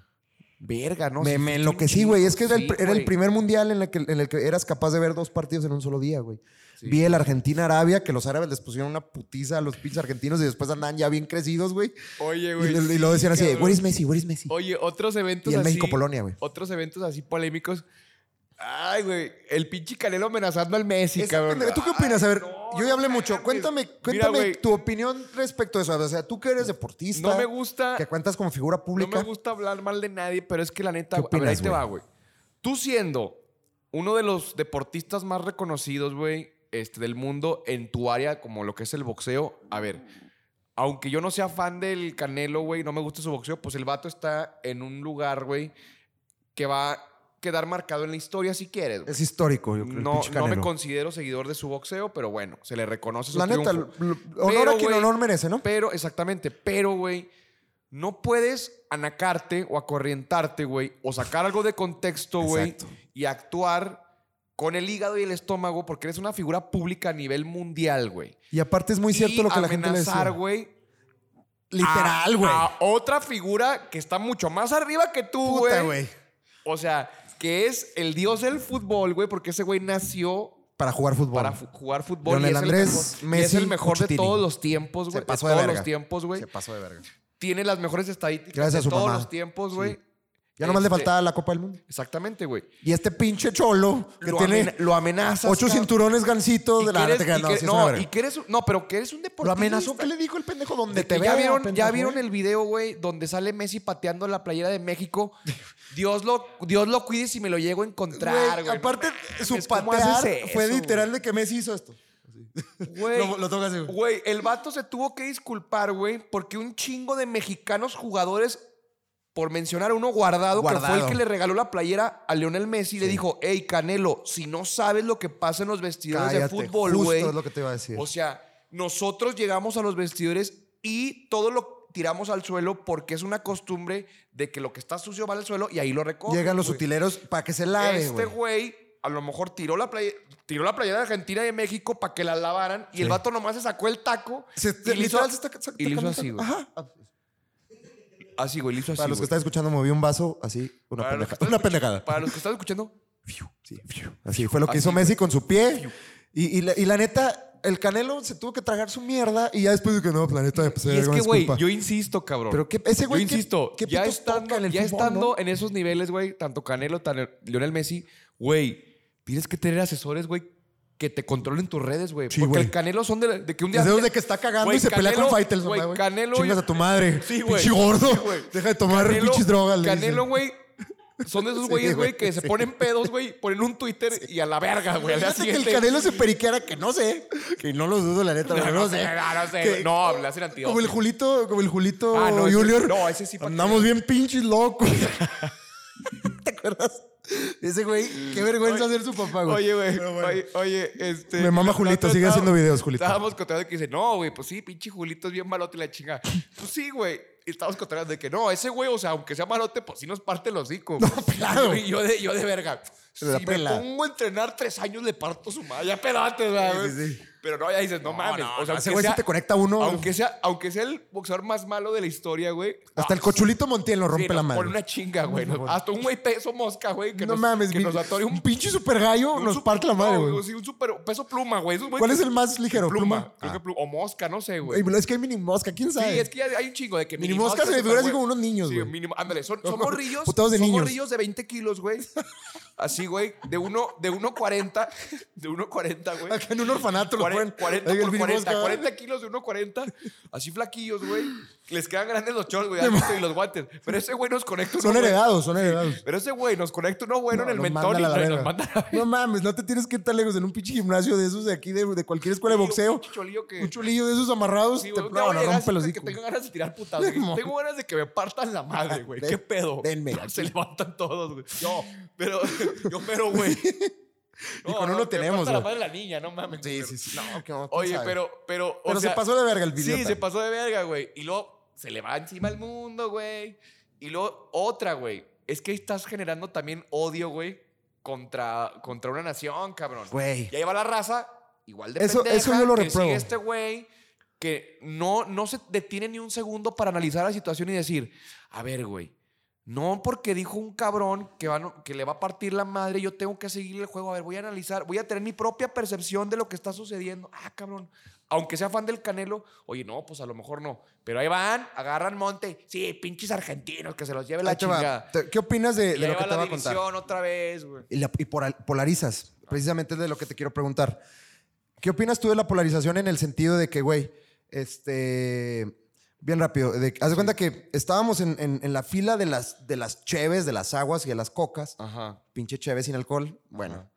B: Verga, no.
A: me,
B: sí
A: me
B: fuiste
A: enloquecí,
B: un
A: güey.
B: chingo,
A: Es que era,
B: sí,
A: el, pr- era el
B: güey.
A: primer mundial en, la que- en el que eras capaz de ver dos partidos en un solo día, güey.
B: Sí.
A: Vi el Argentina-Arabia, que los árabes les pusieron una putiza a los pinches argentinos y después andaban ya bien crecidos, güey.
B: Oye,
A: Y,
B: güey.
A: le- y
B: sí,
A: luego decían así, de,
B: cabrón.
A: ¿Where is Messi? ¿Where is Messi?
B: Oye, otros eventos
A: Y el
B: así-
A: México-Polonia, güey.
B: Otros eventos así polémicos. Ay, güey. El pinche Canelo amenazando al Messi,
A: Esa
B: cabrón.
A: pendeja- ¿Tú qué
B: Ay,
A: opinas? A ver,
B: no,
A: yo ya hablé
B: no
A: mucho.
B: mames.
A: Cuéntame,
B: Mira,
A: cuéntame
B: güey,
A: tu opinión respecto a eso. O sea, tú que eres deportista,
B: No me gusta.
A: que cuentas como figura
B: No
A: pública.
B: me gusta hablar mal de nadie, pero es que la neta,
A: ¿Qué
B: güey, a ver, ahí
A: opinas,
B: te
A: güey?
B: va, güey. Tú siendo uno de los deportistas más reconocidos, güey, este, del mundo en tu área, como lo que es el boxeo, a ver, aunque yo no sea fan del Canelo, güey, no me gusta su boxeo, pues el vato está en un lugar, güey, que va a quedar marcado en la historia si quieres. güey.
A: Es histórico, yo creo. el
B: No,
A: pinche
B: no me
A: Canelo.
B: considero seguidor de su boxeo, pero bueno, se le reconoce su
A: La neta,
B: triunfo.
A: l- l- honor a
B: Pero,
A: quien
B: güey,
A: honor merece, ¿no?
B: Pero, exactamente, pero, güey, no puedes anacarte o acorrientarte, güey, o sacar algo de contexto, güey,
A: Exacto.
B: y actuar con el hígado y el estómago porque eres una figura pública a nivel mundial, güey.
A: Y aparte es muy cierto
B: y
A: lo que la gente le
B: amenazar,
A: decía.
B: güey.
A: Literal,
B: a-
A: güey.
B: A, otra figura que está mucho más arriba que tú,
A: Puta,
B: güey.
A: güey.
B: O sea, que es el dios del fútbol, güey, porque ese güey nació
A: Para jugar fútbol.
B: para fu- jugar fútbol.
A: Lionel
B: y es
A: Andrés,
B: el mejor, y es
A: Messi,
B: el mejor de
A: Cuchitini.
B: todos los tiempos, güey.
A: Se
B: De
A: pasó de
B: todos
A: verga.
B: los tiempos, güey.
A: Se pasó de verga.
B: Tiene las mejores estadísticas
A: Gracias
B: de
A: a su
B: todos
A: mamá.
B: los tiempos, güey.
A: Ya nomás le
B: Este,
A: faltaba la Copa del Mundo.
B: Exactamente, güey.
A: Y este pinche cholo que
B: Lo
A: tiene
B: amena- lo amenazas,
A: Ocho
B: cabrón.
A: cinturones gancitos
B: Y
A: de
B: que
A: la
B: eres-
A: te creas,
B: y
A: no,
B: que-
A: sí es una
B: no,
A: verga.
B: y que eres un- no, pero que eres un
A: Lo
B: deportista.
A: amenazó. ¿Qué le dijo el pendejo? Donde
B: De
A: te
B: que
A: vea.
B: ya vieron, ya
A: pendejo, ¿eh?
B: vieron
A: güey.
B: el video, güey, donde sale Messi pateando la playera de México. Dios lo, Dios lo cuide si me lo llego a encontrar,
A: Güey,
B: güey.
A: Aparte,
B: No
A: su
B: mames, ¿cómo
A: patear
B: haces eso,
A: fue literal de que Messi hizo esto.
B: güey?
A: Lo, lo toca así, güey.
B: Güey, el vato se tuvo que disculpar, güey, porque un chingo de mexicanos jugadores, por mencionar uno guardado, que fue
A: Guardado.
B: el que le regaló la playera a Lionel Messi, le dijo, hey, Canelo, si no sabes lo que pasa en los vestidores
A: Cállate,
B: de fútbol,
A: justo
B: güey.
A: es lo que te iba a decir.
B: O sea, nosotros llegamos a los vestidores y todo lo tiramos al suelo porque es una costumbre de que lo que está sucio va al suelo y ahí lo recogen.
A: Llegan los
B: güey.
A: utileros para que se lave,
B: Este
A: güey.
B: güey a lo mejor tiró la playa, tiró la playera de Argentina y de México para que la lavaran y el
A: Sí.
B: vato nomás se sacó el taco
A: Se-
B: y le hizo,
A: literal se está- se
B: y le hizo
A: está-
B: así, güey.
A: Ajá.
B: Así, güey, le hizo así.
A: Para los que
B: Pues güey.
A: están escuchando, moví un vaso así, una,
B: Para los
A: pendeja-
B: que están
A: una
B: escuchando-
A: pendejada.
B: Para los que están escuchando,
A: Sí, fiu. Así fue lo que
B: Así,
A: hizo
B: güey.
A: Messi con su pie. Y, y la, y la neta, el Canelo se tuvo que tragar su mierda y ya después de que no, planeta, pues
B: y es
A: una
B: que, güey,
A: disculpa.
B: yo insisto, cabrón.
A: Pero qué- ese güey,
B: Yo
A: qué-
B: insisto,
A: qué
B: ya
A: pitos
B: estando,
A: toca en
B: en,
A: el
B: ya
A: fútbol,
B: estando
A: ¿no?
B: en esos niveles, güey, tanto Canelo, tan Lionel Messi, güey, tienes que tener asesores, güey, que te controlen tus redes, güey.
A: Sí,
B: porque
A: güey.
B: el Canelo son de, de que un día.
A: Desde donde que está cagando
B: Güey,
A: y se pelea
B: Canelo-
A: con Fighters,
B: güey,
A: güey.
B: Canelo-
A: Chingas a tu madre.
B: Sí, güey.
A: Pinche gordo.
B: Sí, güey.
A: Deja de tomar pinches drogas, le
B: Canelo,
A: dicen.
B: güey. Son de esos
A: Sí,
B: güeyes, güey,
A: güey,
B: que se
A: sí.
B: ponen pedos, güey, ponen un Twitter y a la verga, güey. al día
A: Fíjate que el
B: siguiente-
A: Canelo se periqueara, que no sé. Que no lo dudo, la neta,
B: No,
A: pero no,
B: no
A: sé.
B: sé, no, no sé,
A: Que-
B: güey. No, hablas en antiguo.
A: Como el Julito, como el Julito
B: Ah, no, ese-
A: Junior.
B: no, ese sí pa'
A: Andamos bien pinches locos. ¿Te acuerdas? Ese güey, qué vergüenza ser su papá, güey.
B: Oye, güey.
A: Pero bueno.
B: Oye, oye, este.
A: Me mama
B: la
A: Julito,
B: otra
A: sigue
B: estábamos-
A: haciendo videos, Julito.
B: Estábamos coteando que dice, no, güey, pues sí, pinche Julito es bien malote y la chinga. Pues sí, güey. Y Estábamos coteando de que no, ese güey, o sea, aunque sea malote, pues sí nos parte el hocico. No,
A: claro.
B: Y yo de, yo de verga.
A: Se la
B: si
A: pela.
B: me pongo a entrenar tres años, le parto su madre. Ya pedate, ¿sabes?
A: Sí, sí, sí.
B: Pero no, ya dices, no, mames.
A: no,
B: o sea,
A: ese
B: aunque
A: güey sí
B: sea-
A: te conecta uno.
B: Aunque sea, aunque sea el boxeador más malo de la historia, güey. ah,
A: Hasta el
B: cochulito
A: cochulito Montiel lo rompe la madre.
B: Por una chinga, güey.
A: No, no, no.
B: Hasta un güey peso mosca, güey. Que
A: no
B: nos,
A: mames,
B: que
A: mi-
B: nos atore un
A: un pinche super gallo
B: un
A: nos
B: super-
A: parte la madre,
B: no,
A: güey.
B: Sí, un super peso pluma, güey. Esos güeyes
A: ¿Cuál
B: que-
A: es el más ligero?
B: pluma?
A: Pluma.
B: Creo
A: Ah.
B: que pluma. O mosca, no sé, güey.
A: Güey, pero es que hay mini mosca, ¿quién
B: Sí,
A: sabe?
B: es que ya hay un chingo de que
A: Mini mosca se me figura así como unos niños,
B: Sí,
A: güey.
B: mínimo. Ándale, son, son
A: Ojo,
B: morrillos.
A: putados de
B: son
A: niños.
B: morrillos de 20 kilos, güey. Así, güey. De uno, de 1.40. De 1.40, güey.
A: Acá en un orfanato lo ponen.
B: 40, 40
A: Ahí el
B: por
A: mini
B: 40,
A: mosca.
B: 40 kilos de 1.40, así flaquillos, güey. Les quedan grandes los shorts, güey, y los guantes. Pero ese güey nos conecta uno
A: Son
B: bueno.
A: heredados, son heredados.
B: Pero ese güey nos conecta uno bueno
A: No,
B: en el
A: los
B: mentón y
A: mandan a la
B: nos
A: verga.
B: manda a la-
A: No mames, no te tienes que ir tan lejos en un pinche gimnasio de esos de aquí, de, de cualquier escuela de boxeo.
B: Un cholillo que.
A: Un chulillo de esos amarrados.
B: Sí,
A: te,
B: güey, un
A: no,
B: día voy a
A: no,
B: llegar
A: rompe
B: así
A: los
B: de que tengo ganas de tirar putadas. güey. Tengo ganas de que me partan la madre, güey.
A: Ven,
B: ¿Qué pedo?
A: denme.
B: Se levantan todos, güey. Yo. Pero, yo mero, güey.
A: Y con uno
B: que me
A: tenemos,
B: parta la
A: güey.
B: madre la niña, no mames.
A: Sí,
B: pero-
A: sí, sí. No, que no, quién
B: Oye,
A: sabe.
B: pero, pero. o
A: Pero
B: sea,
A: se pasó de verga el video.
B: Sí, se pasó de verga, güey. Y luego se le va encima el mundo, güey. Y luego otra, güey. Es que estás generando también odio, güey, contra, contra una nación, cabrón.
A: Güey.
B: Y ahí va la raza, igual de
A: Eso-
B: pendeja,
A: eso yo lo
B: que sigue
A: repruebo.
B: este güey que no, no se detiene ni un segundo para analizar la situación y decir, a ver, güey, no porque dijo un cabrón que, van- que le va a partir la madre, yo tengo que seguir el juego, a ver, voy a analizar, voy a tener mi propia percepción de lo que está sucediendo. Ah, cabrón, aunque sea fan del Canelo, oye, no, pues a lo mejor no. Pero ahí van, agarran monte, sí, pinches argentinos, que se los lleve la
A: Ahí te va.
B: chingada.
A: Te- ¿Qué opinas de,
B: Y
A: de
B: ahí
A: lo que
B: va
A: te
B: la
A: voy a contar?
B: división otra vez, güey.
A: Y, la- y pora- polarizas. Precisamente es de lo que te quiero preguntar. ¿Qué opinas tú de la polarización en el sentido de que, güey, este. Bien rápido. de- haz de cuenta que estábamos en, en- en la fila de las, de las cheves, de las aguas y de las cocas.
B: Ajá.
A: Pinche cheve sin alcohol. Bueno.
B: Ajá.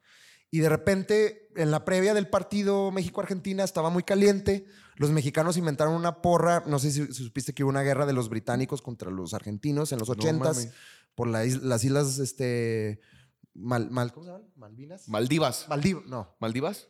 A: Y de repente, en la previa del partido México-Argentina, estaba muy caliente. Los mexicanos inventaron una porra. No sé si, si supiste que hubo una guerra de los británicos contra los argentinos en los ochentas
B: mames.
A: por la is- las islas, este, mal, mal- ¿cómo se llaman? Malvinas.
B: Maldivas.
A: Maldivas, no.
B: ¿Maldivas?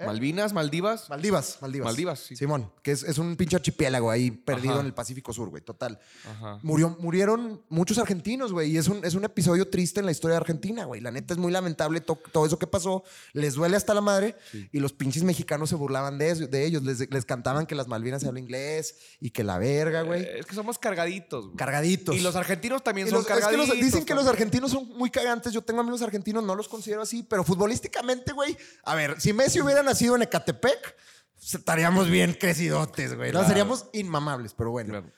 A: ¿Eh?
B: ¿Malvinas? ¿Maldivas?
A: Maldivas, Maldivas.
B: Maldivas, sí.
A: Simón, que es, es un pinche archipiélago ahí perdido
B: Ajá.
A: en el Pacífico Sur, güey, total.
B: Ajá.
A: Murió, murieron muchos argentinos, güey, y es un, es un episodio triste en la historia de Argentina, güey. La neta es muy lamentable to- todo eso que pasó. Les duele hasta la madre
B: Sí.
A: y los pinches mexicanos se burlaban de, eso- de ellos. Les, les cantaban que las Malvinas se habla inglés y que la verga, güey.
B: Eh, Es que somos cargaditos, güey.
A: Cargaditos.
B: Y los argentinos también
A: Y
B: son
A: los- es que los-
B: cargaditos.
A: dicen que los
B: también.
A: argentinos son muy cagantes. Yo tengo amigos argentinos, no los considero así, pero futbolísticamente, güey. A ver, si Messi hubiera nacido en Ecatepec, estaríamos bien crecidotes, güey. ¿no?
B: Claro.
A: Seríamos inmamables, pero bueno.
B: Claro.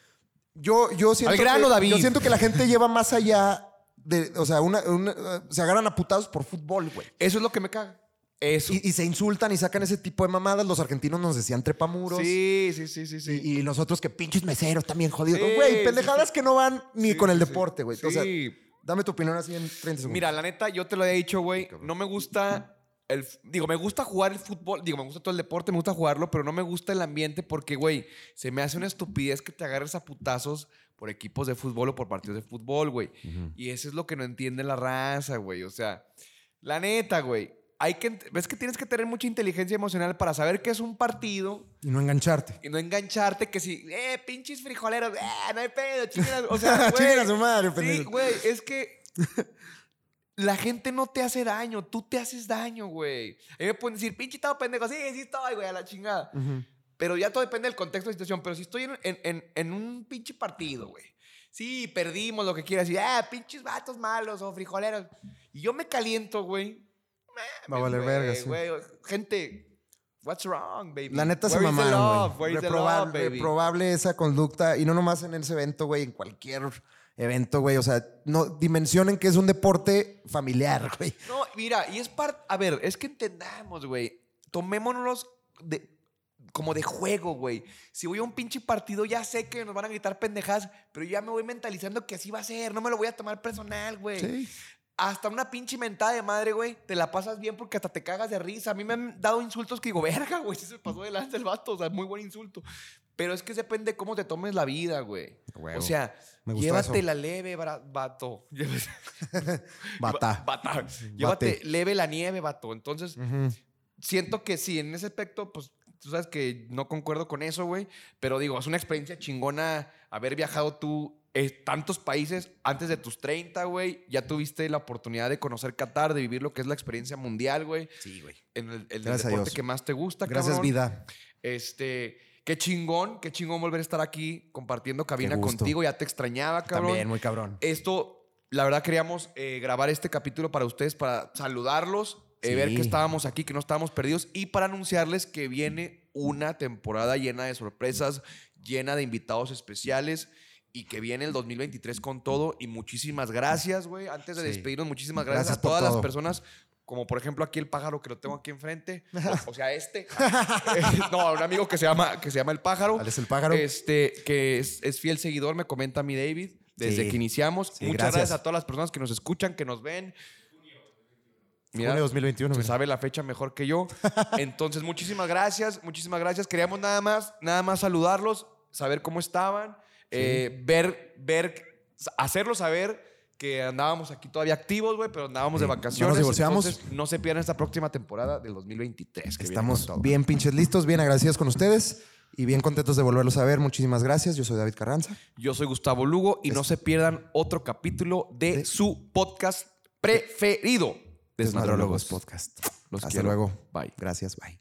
A: Yo, yo siento.
B: Al grano,
A: que,
B: David.
A: Yo siento que la gente lleva más allá de. O sea, una- una- se agarran a putados por fútbol, güey.
B: Eso es lo que me caga. Eso.
A: Y, y se insultan y sacan ese tipo de mamadas. Los argentinos nos decían trepamuros.
B: sí, sí, sí, sí, sí.
A: Y, y nosotros que pinches meseros también jodidos.
B: Sí,
A: Güey,
B: sí,
A: pendejadas que no van ni
B: Sí,
A: con el
B: sí,
A: deporte, güey. O sea,
B: sí.
A: dame tu opinión así en 30 segundos.
B: Mira, la neta, yo te lo había dicho, güey. No me gusta. El, f- digo, me gusta jugar el fútbol, digo, me gusta todo el deporte, me gusta jugarlo, pero no me gusta el ambiente porque, güey, se me hace una estupidez que te agarres a putazos por equipos de fútbol o por partidos de fútbol, güey. Y eso es lo que no entiende la raza, güey. O sea, la neta, güey. Hay que, ent- ves que tienes que tener mucha inteligencia emocional para saber que es un partido
A: Y no engancharte.
B: y no engancharte que si, eh, pinches frijoleros, eh, no hay pedo, chinguen a- O sea, güey,
A: Chinguen a su madre,
B: Sí,
A: pendejo.
B: güey, es que la gente no te hace daño, tú te haces daño, güey. A mí me pueden decir, pinche estado pendejo, sí, sí estoy, güey, a la chingada. Pero ya todo depende del contexto de la situación. Pero si estoy en, en- en- en un pinche partido, güey. Sí, perdimos lo que quieras. Y, ah, pinches vatos malos o frijoleros. Y yo me caliento, güey.
A: Va a valer
B: Güey,
A: verga, sí.
B: güey, Gente, what's wrong, baby?
A: La neta se
B: Where is the
A: mamaron,
B: love?
A: güey.
B: Where is the
A: Reprobable,
B: love, baby?
A: reprobable esa conducta. Y no nomás en ese evento, güey. En cualquier evento, güey. O sea, no dimensionen que es un deporte familiar, güey.
B: No, mira, y es parte. A ver, es que entendamos, güey. Tomémonos de, como de juego, güey. Si voy a un pinche partido, ya sé que nos van a gritar pendejadas, pero yo ya me voy mentalizando que así va a ser. No me lo voy a tomar personal, güey. Hasta una pinche mentada de madre, güey. Te la pasas bien porque hasta te cagas de risa. A mí me han dado insultos que digo, verga, güey, sí se pasó delante el vato. O sea, muy buen insulto. Pero es que depende cómo te tomes la vida, güey.
A: Huevo.
B: O sea,
A: Me gustó
B: llévate
A: eso.
B: la leve, bra- vato. Llévate-
A: Bata.
B: Ba- Bata. Llévate leve la nieve, vato. Entonces,
A: Ujú.
B: siento que sí, en ese aspecto, pues tú sabes que no concuerdo con eso, güey. Pero digo, es una experiencia chingona haber viajado tú eh, tantos países antes de tus 30, güey. Ya tuviste la oportunidad de conocer Qatar, de vivir lo que es la experiencia mundial, güey.
C: Sí, güey.
B: En el, el
A: Gracias a
B: deporte
A: Dios.
B: que más te gusta,
A: Gracias,
B: cabrón.
A: vida.
B: Este, qué chingón, qué chingón volver a estar aquí compartiendo cabina
A: gusto.
B: contigo. Ya te extrañaba, cabrón.
A: También, muy cabrón.
B: Esto, la verdad, queríamos eh, grabar este capítulo para ustedes, para saludarlos, eh,
A: Sí.
B: ver que estábamos aquí, que no estábamos perdidos y para anunciarles que viene una temporada llena de sorpresas, llena de invitados especiales. Y que viene el 2023 con todo. Y muchísimas gracias, güey. Antes de
C: Sí.
B: despedirnos, muchísimas gracias,
A: Gracias
B: a
A: por
B: todas las
A: todo.
B: personas. Como por ejemplo aquí el pájaro que lo tengo aquí enfrente. O, o sea, este. no, a un amigo que se llama, que se llama el pájaro.
A: Alex el pájaro.
B: Este, que es, es fiel seguidor, me comenta mi David, desde
A: Sí.
B: que iniciamos.
A: Sí,
B: Muchas gracias.
A: gracias
B: a todas las personas que nos escuchan, que nos ven. Mira,
A: Junio de 2021.
B: se
A: mira.
B: sabe la fecha mejor que yo. Entonces, muchísimas gracias, muchísimas gracias. Queríamos nada más, nada más saludarlos, saber cómo estaban, eh, ver, ver, hacerlo saber que andábamos aquí todavía activos, güey, pero andábamos
A: Sí,
B: de
A: no nos
B: vacaciones.
A: divorciamos.
B: Entonces, no se pierdan esta próxima temporada del 2023. que viene
A: Estamos
B: con todo.
A: bien pinches listos, bien agradecidos con ustedes y bien contentos de volverlos a ver. Muchísimas gracias. Yo soy David Carranza.
B: Yo soy Gustavo Lugo y no se pierdan otro capítulo de,
A: De-
B: su podcast preferido,
A: Desmadrólogos
B: Desmadrólogos.
A: Podcast.
B: Los
A: Hasta
B: quiero.
A: luego.
B: Bye.
A: Gracias. Bye.